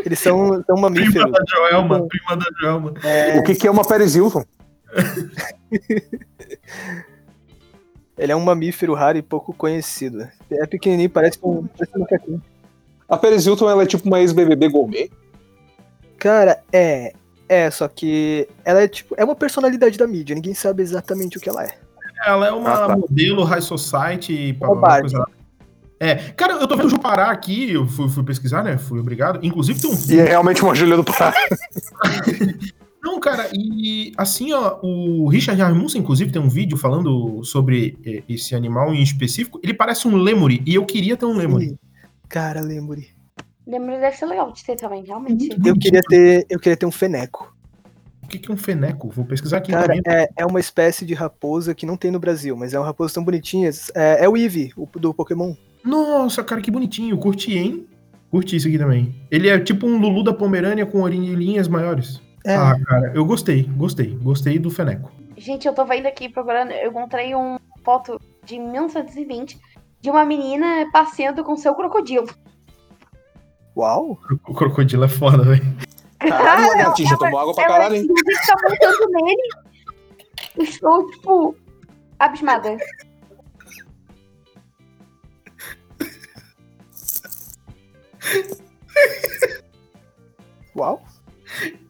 [SPEAKER 5] Eles são, são
[SPEAKER 1] Prima
[SPEAKER 5] mamíferos. né?
[SPEAKER 1] da Joelma, prima da Joelma.
[SPEAKER 4] O que, que é uma Pérez Hilton?
[SPEAKER 5] Ele é um mamífero raro e pouco conhecido. É pequenininho, parece um, parece um macaquinho.
[SPEAKER 4] A Pérez Hilton ela é tipo uma ex-BBB gourmet.
[SPEAKER 5] Cara, é. É, só que ela é tipo. É uma personalidade da mídia, ninguém sabe exatamente o que ela é.
[SPEAKER 1] Ela é uma
[SPEAKER 4] Ah, tá.
[SPEAKER 1] modelo high society. blá, blá, blá,
[SPEAKER 5] Barbie.
[SPEAKER 1] coisa lá. É, cara, eu tô vendo Jupará aqui, eu fui, fui pesquisar, né? Fui obrigado. Inclusive tem um
[SPEAKER 4] E é realmente uma Juliana do Pará.
[SPEAKER 1] Não, cara, e assim, ó, o Richard Rasmussen, inclusive, tem um vídeo falando sobre eh, esse animal em específico. Ele parece um lemure, e eu queria ter um lemure.
[SPEAKER 5] Hum, Cara, lembre.
[SPEAKER 6] Lembro deve ser legal de ter também, realmente.
[SPEAKER 1] Uhum.
[SPEAKER 5] Eu queria ter. Eu queria ter um feneco.
[SPEAKER 1] O que que é um feneco? Vou pesquisar aqui
[SPEAKER 5] Cara,
[SPEAKER 1] também.
[SPEAKER 5] é, é uma espécie de raposa que não tem no Brasil, mas é uma raposa tão bonitinha. É, é o Eevee, o do Pokémon.
[SPEAKER 1] Nossa, cara, que bonitinho. Curti, hein? Curti isso aqui também. Ele é tipo um Lulu da Pomerânia com orelhinhas maiores.
[SPEAKER 5] É.
[SPEAKER 1] Ah, cara, eu gostei, gostei. Gostei do Feneco.
[SPEAKER 6] Gente, eu tô vendo aqui procurando. Eu encontrei uma foto de 1920 de uma menina passeando com seu crocodilo.
[SPEAKER 5] Uau!
[SPEAKER 1] O crocodilo é foda, velho.
[SPEAKER 4] Caralho, lagartixa, tomou água pra caralho, hein?
[SPEAKER 6] assim, tá montando nele. Estou, tipo, abismada.
[SPEAKER 5] Uau!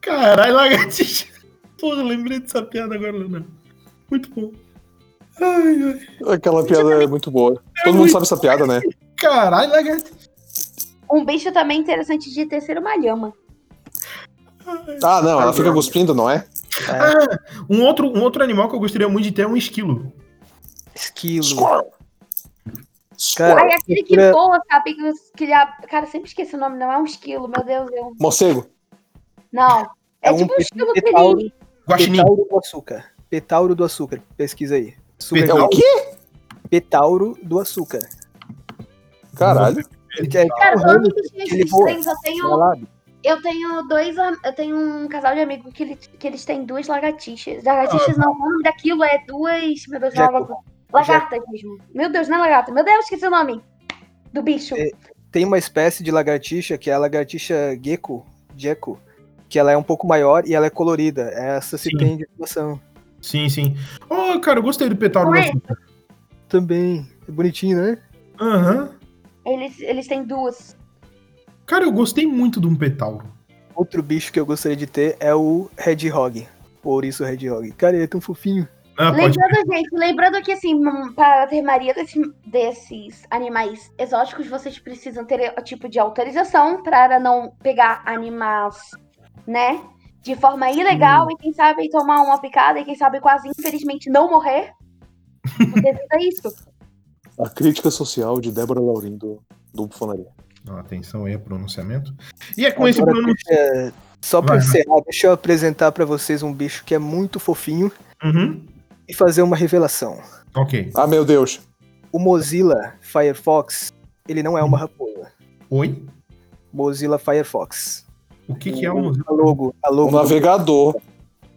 [SPEAKER 1] Caralho, lagartixa. Porra, lembrei dessa piada agora, Luna. Muito bom. Ai, ai.
[SPEAKER 4] Aquela piada é muito boa. Todo mundo
[SPEAKER 1] muito-
[SPEAKER 4] sabe essa piada, né?
[SPEAKER 1] Caralho, lagartixa.
[SPEAKER 6] Um bicho também interessante de ter ser uma lhama.
[SPEAKER 4] Ah, não, ela fica cuspindo, não é?
[SPEAKER 1] Um outro, um outro animal que eu gostaria muito de ter é um esquilo.
[SPEAKER 5] Esquilo.
[SPEAKER 4] Squirrel.
[SPEAKER 5] Cara,
[SPEAKER 6] Ai, aquele que
[SPEAKER 5] procura-
[SPEAKER 6] voa, sabe? Que, os- que ele ab- Cara, eu sempre esqueci o nome, não é um esquilo, meu Deus. Eu...
[SPEAKER 4] Morcego.
[SPEAKER 6] Não. É,
[SPEAKER 5] É um
[SPEAKER 6] tipo um esquilo que
[SPEAKER 5] petauro,
[SPEAKER 6] ele.
[SPEAKER 1] Guaxinim.
[SPEAKER 5] petauro do açúcar. Petauro do açúcar. Pesquisa aí. Super
[SPEAKER 4] É o quê?
[SPEAKER 5] Petauro do açúcar.
[SPEAKER 4] Caralho.
[SPEAKER 5] Que é-
[SPEAKER 6] Cara,
[SPEAKER 5] Porra,
[SPEAKER 6] falando dos bichos
[SPEAKER 5] ele voa.
[SPEAKER 6] estranhos, eu tenho,
[SPEAKER 5] Salado.
[SPEAKER 6] eu tenho dois. am- Eu tenho um casal de amigos que, ele- que eles têm duas lagartixas. Lagartixas não, o nome daquilo é duas. Meu Deus, não é
[SPEAKER 5] Jacu.
[SPEAKER 6] lagarta. Lagartas mesmo. Meu Deus, não é lagarta. Meu Deus, esqueci o nome. Do bicho.
[SPEAKER 5] É. Tem uma espécie de lagartixa que é a lagartixa gecko, gecko, que ela é um pouco maior e ela é colorida. Essa se
[SPEAKER 1] Sim.
[SPEAKER 5] tem de estimação
[SPEAKER 1] Sim, sim. Oh, cara, eu gostei do petauro.
[SPEAKER 6] Não é?
[SPEAKER 1] Guaxinim.
[SPEAKER 5] também. É bonitinho, né?
[SPEAKER 1] Aham.
[SPEAKER 6] Eles, eles têm duas.
[SPEAKER 1] Cara, eu gostei muito de um petauro.
[SPEAKER 5] Outro bicho que eu gostaria de ter é o hedgehog. Por isso, hedgehog. Cara, ele é tão fofinho.
[SPEAKER 1] Ah, pode...
[SPEAKER 6] Lembrando, gente, lembrando que, assim, hum, para ter maioria desse- desses animais exóticos, vocês precisam ter o tipo de autorização para não pegar animais, né? De forma ilegal e, quem sabe, tomar uma picada e, quem sabe, quase, infelizmente, não morrer. Devido a isso.
[SPEAKER 4] A crítica social de Débora Laurindo do Bufonaria.
[SPEAKER 1] Ah, atenção aí ao pronunciamento. E é com esse
[SPEAKER 5] Agora,
[SPEAKER 1] pronun...
[SPEAKER 5] deixa- só pra
[SPEAKER 1] Vai, vai.
[SPEAKER 5] encerrar, deixa eu apresentar pra vocês um bicho que é muito fofinho
[SPEAKER 1] Uhum.
[SPEAKER 5] e fazer uma revelação.
[SPEAKER 1] Ok.
[SPEAKER 4] Ah, meu Deus.
[SPEAKER 5] O Mozilla Firefox, ele não é uma raposa.
[SPEAKER 1] Oi?
[SPEAKER 5] Mozilla Firefox.
[SPEAKER 1] O que, que é o Mozilla?
[SPEAKER 5] A logo, a
[SPEAKER 4] O
[SPEAKER 5] logo do-
[SPEAKER 4] navegador.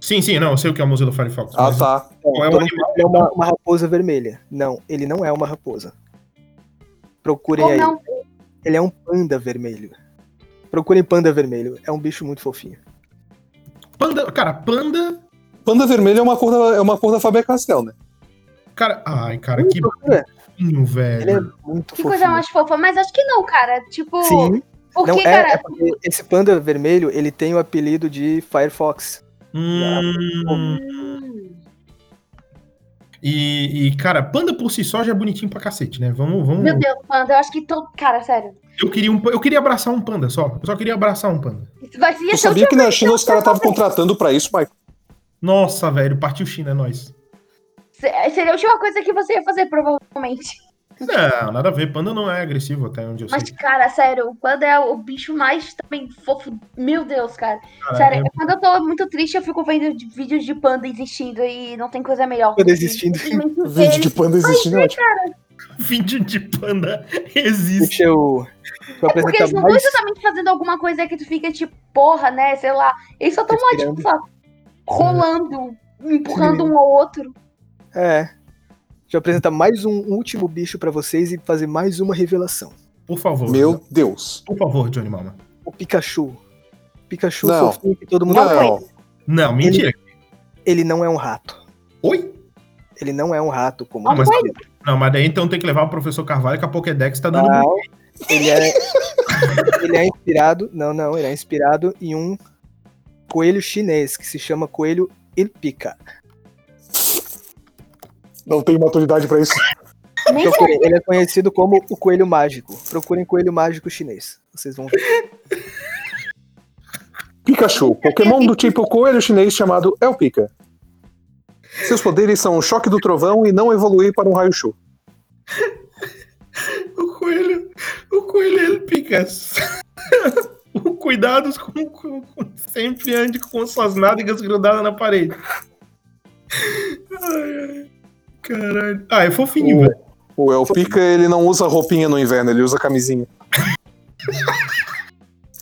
[SPEAKER 1] Sim, sim, não, eu sei o que é o Mozilla Firefox.
[SPEAKER 4] Ah,
[SPEAKER 1] mas
[SPEAKER 4] tá.
[SPEAKER 1] Qual é o
[SPEAKER 5] Todo
[SPEAKER 1] animal?
[SPEAKER 5] mundo é uma, uma raposa vermelha. Não, ele não é uma raposa. Procurem
[SPEAKER 6] Ou
[SPEAKER 5] aí.
[SPEAKER 6] não.
[SPEAKER 5] Ele é um panda vermelho. Procurem panda vermelho. É um bicho muito fofinho.
[SPEAKER 1] Panda, cara, panda...
[SPEAKER 4] Panda vermelho é uma cor da, é uma cor da Faber Castell, né?
[SPEAKER 1] Cara, ai, cara, que
[SPEAKER 5] Procura.
[SPEAKER 1] bonitinho,
[SPEAKER 5] Ele é
[SPEAKER 1] velho.
[SPEAKER 5] muito
[SPEAKER 6] Que
[SPEAKER 5] fofinho.
[SPEAKER 6] coisa mais fofa. Mas acho que não, cara. Tipo,
[SPEAKER 5] Sim,
[SPEAKER 6] por
[SPEAKER 5] não
[SPEAKER 6] que,
[SPEAKER 5] é,
[SPEAKER 6] cara?
[SPEAKER 5] é porque esse panda vermelho, ele tem o apelido de Firefox.
[SPEAKER 1] Hum,
[SPEAKER 6] Hum,
[SPEAKER 1] e, e, cara, panda por si só já é bonitinho pra cacete, né? Vamos, vamos...
[SPEAKER 6] Meu Deus, Panda, eu acho que todo. Cara, sério.
[SPEAKER 1] Eu queria, um, pa- eu queria abraçar um panda só. Eu só queria abraçar um panda.
[SPEAKER 6] Isso vai ser
[SPEAKER 4] Tu sabia que na China os caras estavam contratando pra isso, Michael?
[SPEAKER 1] Nossa, velho, partiu China, é nóis.
[SPEAKER 6] Seria a última coisa que você ia fazer, provavelmente.
[SPEAKER 1] Não, nada a ver. Panda não é agressivo até onde eu sei.
[SPEAKER 6] Mas, cara, sério, o panda é o bicho mais também fofo. Meu Deus, cara.
[SPEAKER 1] Cara,
[SPEAKER 6] sério,
[SPEAKER 1] é-
[SPEAKER 6] quando eu tô muito triste, eu fico vendo de- vídeos de panda existindo e não tem coisa melhor.
[SPEAKER 5] Panda existindo.
[SPEAKER 6] Simplesmente
[SPEAKER 4] Vídeo de
[SPEAKER 6] ver
[SPEAKER 4] panda existindo é ótimo.
[SPEAKER 1] Vídeo de panda existe.
[SPEAKER 5] Deixa eu, deixa eu
[SPEAKER 6] ele. É porque
[SPEAKER 5] apresentar
[SPEAKER 6] eles não estão
[SPEAKER 5] mais.
[SPEAKER 6] exatamente fazendo alguma coisa que tu fica tipo, porra, né? Sei lá. Eles só tão lá, tipo, só rolando, empurrando um ao outro.
[SPEAKER 5] É. Deixa eu apresentar mais um último bicho pra vocês e fazer mais uma revelação.
[SPEAKER 1] Por favor.
[SPEAKER 4] Meu Deus.
[SPEAKER 1] Por favor, Johnny Mama.
[SPEAKER 5] O Pikachu. Pikachu
[SPEAKER 4] Não.
[SPEAKER 5] fofinho que todo mundo
[SPEAKER 4] Não.
[SPEAKER 1] Não, mentira.
[SPEAKER 5] Ele não é um rato.
[SPEAKER 1] Oi?
[SPEAKER 5] Ele não é um rato como
[SPEAKER 1] Não, mas-
[SPEAKER 5] você.
[SPEAKER 1] Não, mas daí então tem que levar o professor Carvalho que a Pokédex tá
[SPEAKER 6] Ah,
[SPEAKER 1] dando.
[SPEAKER 5] Não, ele é ele é inspirado, não, não, ele é inspirado em um coelho chinês que se chama coelho ilpica.
[SPEAKER 4] Não tem maturidade pra isso.
[SPEAKER 6] Nem sei.
[SPEAKER 5] Procurem, ele é conhecido como o coelho mágico. Procurem coelho mágico chinês. Vocês vão ver.
[SPEAKER 4] Pikachu, Pokémon do tipo coelho chinês chamado El Pica. Seus poderes são o choque do trovão e não evoluir para um raio-chu.
[SPEAKER 1] O coelho. O coelho ele pica. O Cuidados com, com- com- sempre ande com suas nádegas grudadas na parede. Ai, ai. Caralho. Ah, é fofinho,
[SPEAKER 4] O-
[SPEAKER 1] velho.
[SPEAKER 4] O El Pica, ele não usa roupinha no inverno, ele usa
[SPEAKER 2] Ah,
[SPEAKER 4] camisinha.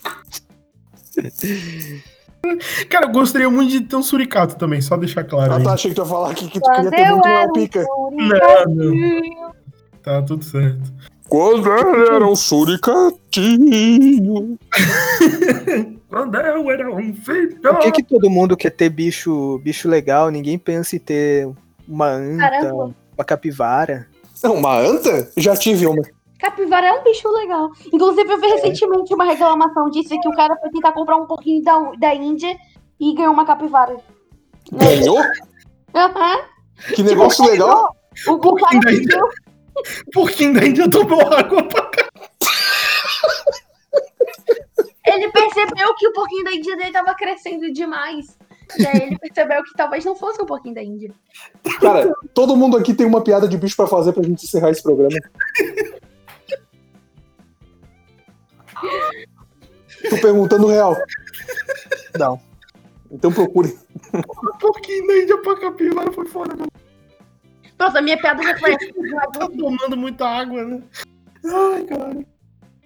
[SPEAKER 2] tá,
[SPEAKER 1] Cara, eu gostaria muito de ter um suricato também, só deixar claro.
[SPEAKER 2] Ah,
[SPEAKER 1] aí.
[SPEAKER 2] tá, achei que tu ia falar aqui que tu queria
[SPEAKER 6] Quando
[SPEAKER 2] ter
[SPEAKER 6] eu
[SPEAKER 2] muito
[SPEAKER 6] era
[SPEAKER 2] El
[SPEAKER 6] um
[SPEAKER 2] Pica.
[SPEAKER 1] Não,
[SPEAKER 6] suricato.
[SPEAKER 1] não. Tá tudo certo.
[SPEAKER 4] Quando ele era um suricatinho.
[SPEAKER 1] Quando eu era um filho.
[SPEAKER 5] Por que, que todo mundo quer ter bicho, bicho legal? Ninguém pensa em ter uma anta,
[SPEAKER 6] Caramba.
[SPEAKER 5] uma capivara.
[SPEAKER 2] Não, É uma anta? Já tive uma.
[SPEAKER 6] Capivara é um bicho legal. Inclusive, eu vi recentemente uma reclamação disso que o cara foi tentar comprar um porquinho da, da Índia e ganhou uma capivara.
[SPEAKER 4] Ganhou?
[SPEAKER 6] Aham.
[SPEAKER 4] Que negócio legal.
[SPEAKER 6] O, o cara
[SPEAKER 1] da Índia.
[SPEAKER 6] pediu.
[SPEAKER 1] Porquinho da Índia tomou água pra
[SPEAKER 6] Ele percebeu que o porquinho da Índia dele tava crescendo demais. E aí ele percebeu que talvez não fosse um porquinho da Índia.
[SPEAKER 4] Cara,
[SPEAKER 2] Todo mundo aqui tem uma piada de bicho pra fazer pra gente encerrar esse programa. Tô perguntando real.
[SPEAKER 5] Não.
[SPEAKER 2] Então procure.
[SPEAKER 1] porquinho da Índia pra capivara foi fora. Tá
[SPEAKER 6] Pronto, a minha piada já foi essa.
[SPEAKER 1] tomando muita água, né? Ai, cara.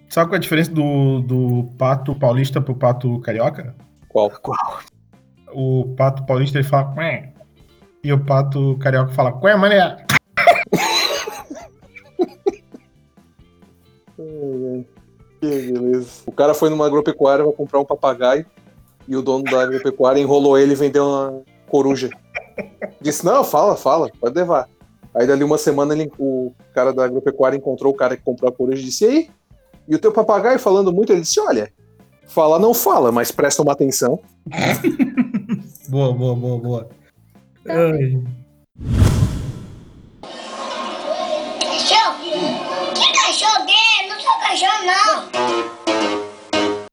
[SPEAKER 1] Sabe qual é a diferença do, do pato paulista pro pato carioca?
[SPEAKER 4] Qual?
[SPEAKER 1] O pato paulista ele fala "Quém", e o pato carioca fala "Quém, mané".
[SPEAKER 2] Que beleza.
[SPEAKER 4] O cara foi numa agropecuária pra comprar um papagaio e o dono da agropecuária enrolou ele e vendeu uma coruja. Disse, não, fala, fala, pode levar. Aí dali uma semana ele- o cara da agropecuária encontrou o cara que comprou a coruja e disse, e aí? E o teu papagaio falando muito, ele disse, olha, fala não fala, mas presta uma atenção.
[SPEAKER 1] Boa, boa, boa, boa. Ai.
[SPEAKER 7] Cachorro, filho. Que cachorro dele? Não sou cachorro, não.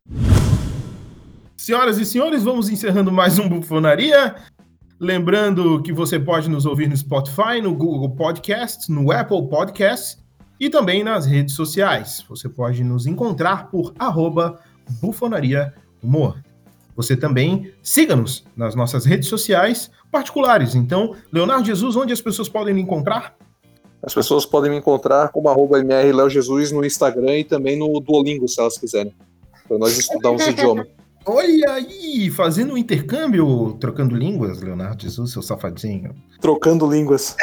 [SPEAKER 1] Senhoras e senhores, vamos encerrando mais um Bufonaria. Lembrando que você pode nos ouvir no Spotify, no Google Podcast, no Apple Podcast e também nas redes sociais. Você pode nos encontrar por arroba Bufonaria Humor. Você também siga-nos nas nossas redes sociais particulares. Então, Leonardo Jesus, onde as pessoas podem me encontrar?
[SPEAKER 4] As pessoas podem me encontrar como arroba MR Léo Jesus no Instagram e também no Duolingo, se elas quiserem. Pra nós estudarmos idioma.
[SPEAKER 1] Olha aí, fazendo um intercâmbio, trocando línguas, Leonardo Jesus, seu safadinho.
[SPEAKER 2] Trocando línguas.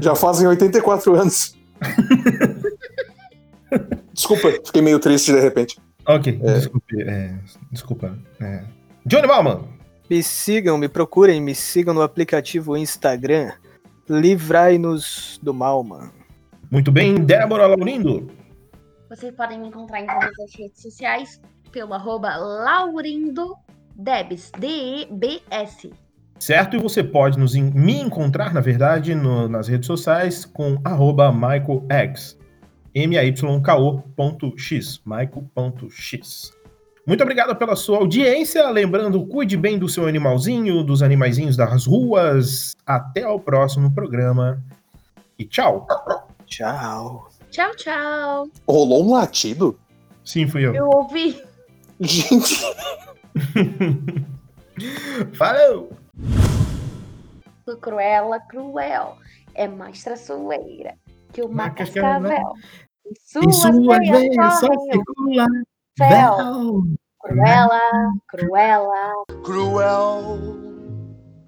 [SPEAKER 2] Já fazem 84 anos.
[SPEAKER 4] Desculpa, fiquei meio triste de repente.
[SPEAKER 1] Ok, desculpe, é, desculpa. é. Johnny Malman,
[SPEAKER 5] Me sigam, me procurem, me sigam no aplicativo Instagram. Livrai-nos do mal, mano.
[SPEAKER 1] muito bem. Débora Laurindo,
[SPEAKER 6] Vocês podem me encontrar em todas as redes sociais pelo arroba laurindodebs, D-E-B-S.
[SPEAKER 1] certo? E você pode nos, en- me encontrar, na verdade, no- nas redes sociais com arroba michaelx, M-A-Y-K-O.x, michael.x. Muito obrigado pela sua audiência. Lembrando, cuide bem do seu animalzinho, dos animaizinhos das ruas. Até o próximo programa e tchau.
[SPEAKER 5] Tchau.
[SPEAKER 6] Tchau, tchau.
[SPEAKER 4] Rolou um latido?
[SPEAKER 1] Sim, fui eu.
[SPEAKER 6] Eu ouvi.
[SPEAKER 4] Gente.
[SPEAKER 1] Valeu!
[SPEAKER 6] Cru- Cruela, cruel, é mais traçoeira que o
[SPEAKER 1] Uma
[SPEAKER 6] macascavel. Em
[SPEAKER 1] Em
[SPEAKER 6] suas
[SPEAKER 1] sua veia
[SPEAKER 6] veias
[SPEAKER 1] só
[SPEAKER 6] corre o
[SPEAKER 1] circula
[SPEAKER 6] fel.
[SPEAKER 1] véu.
[SPEAKER 6] Cruela, cruela,
[SPEAKER 9] Cruel,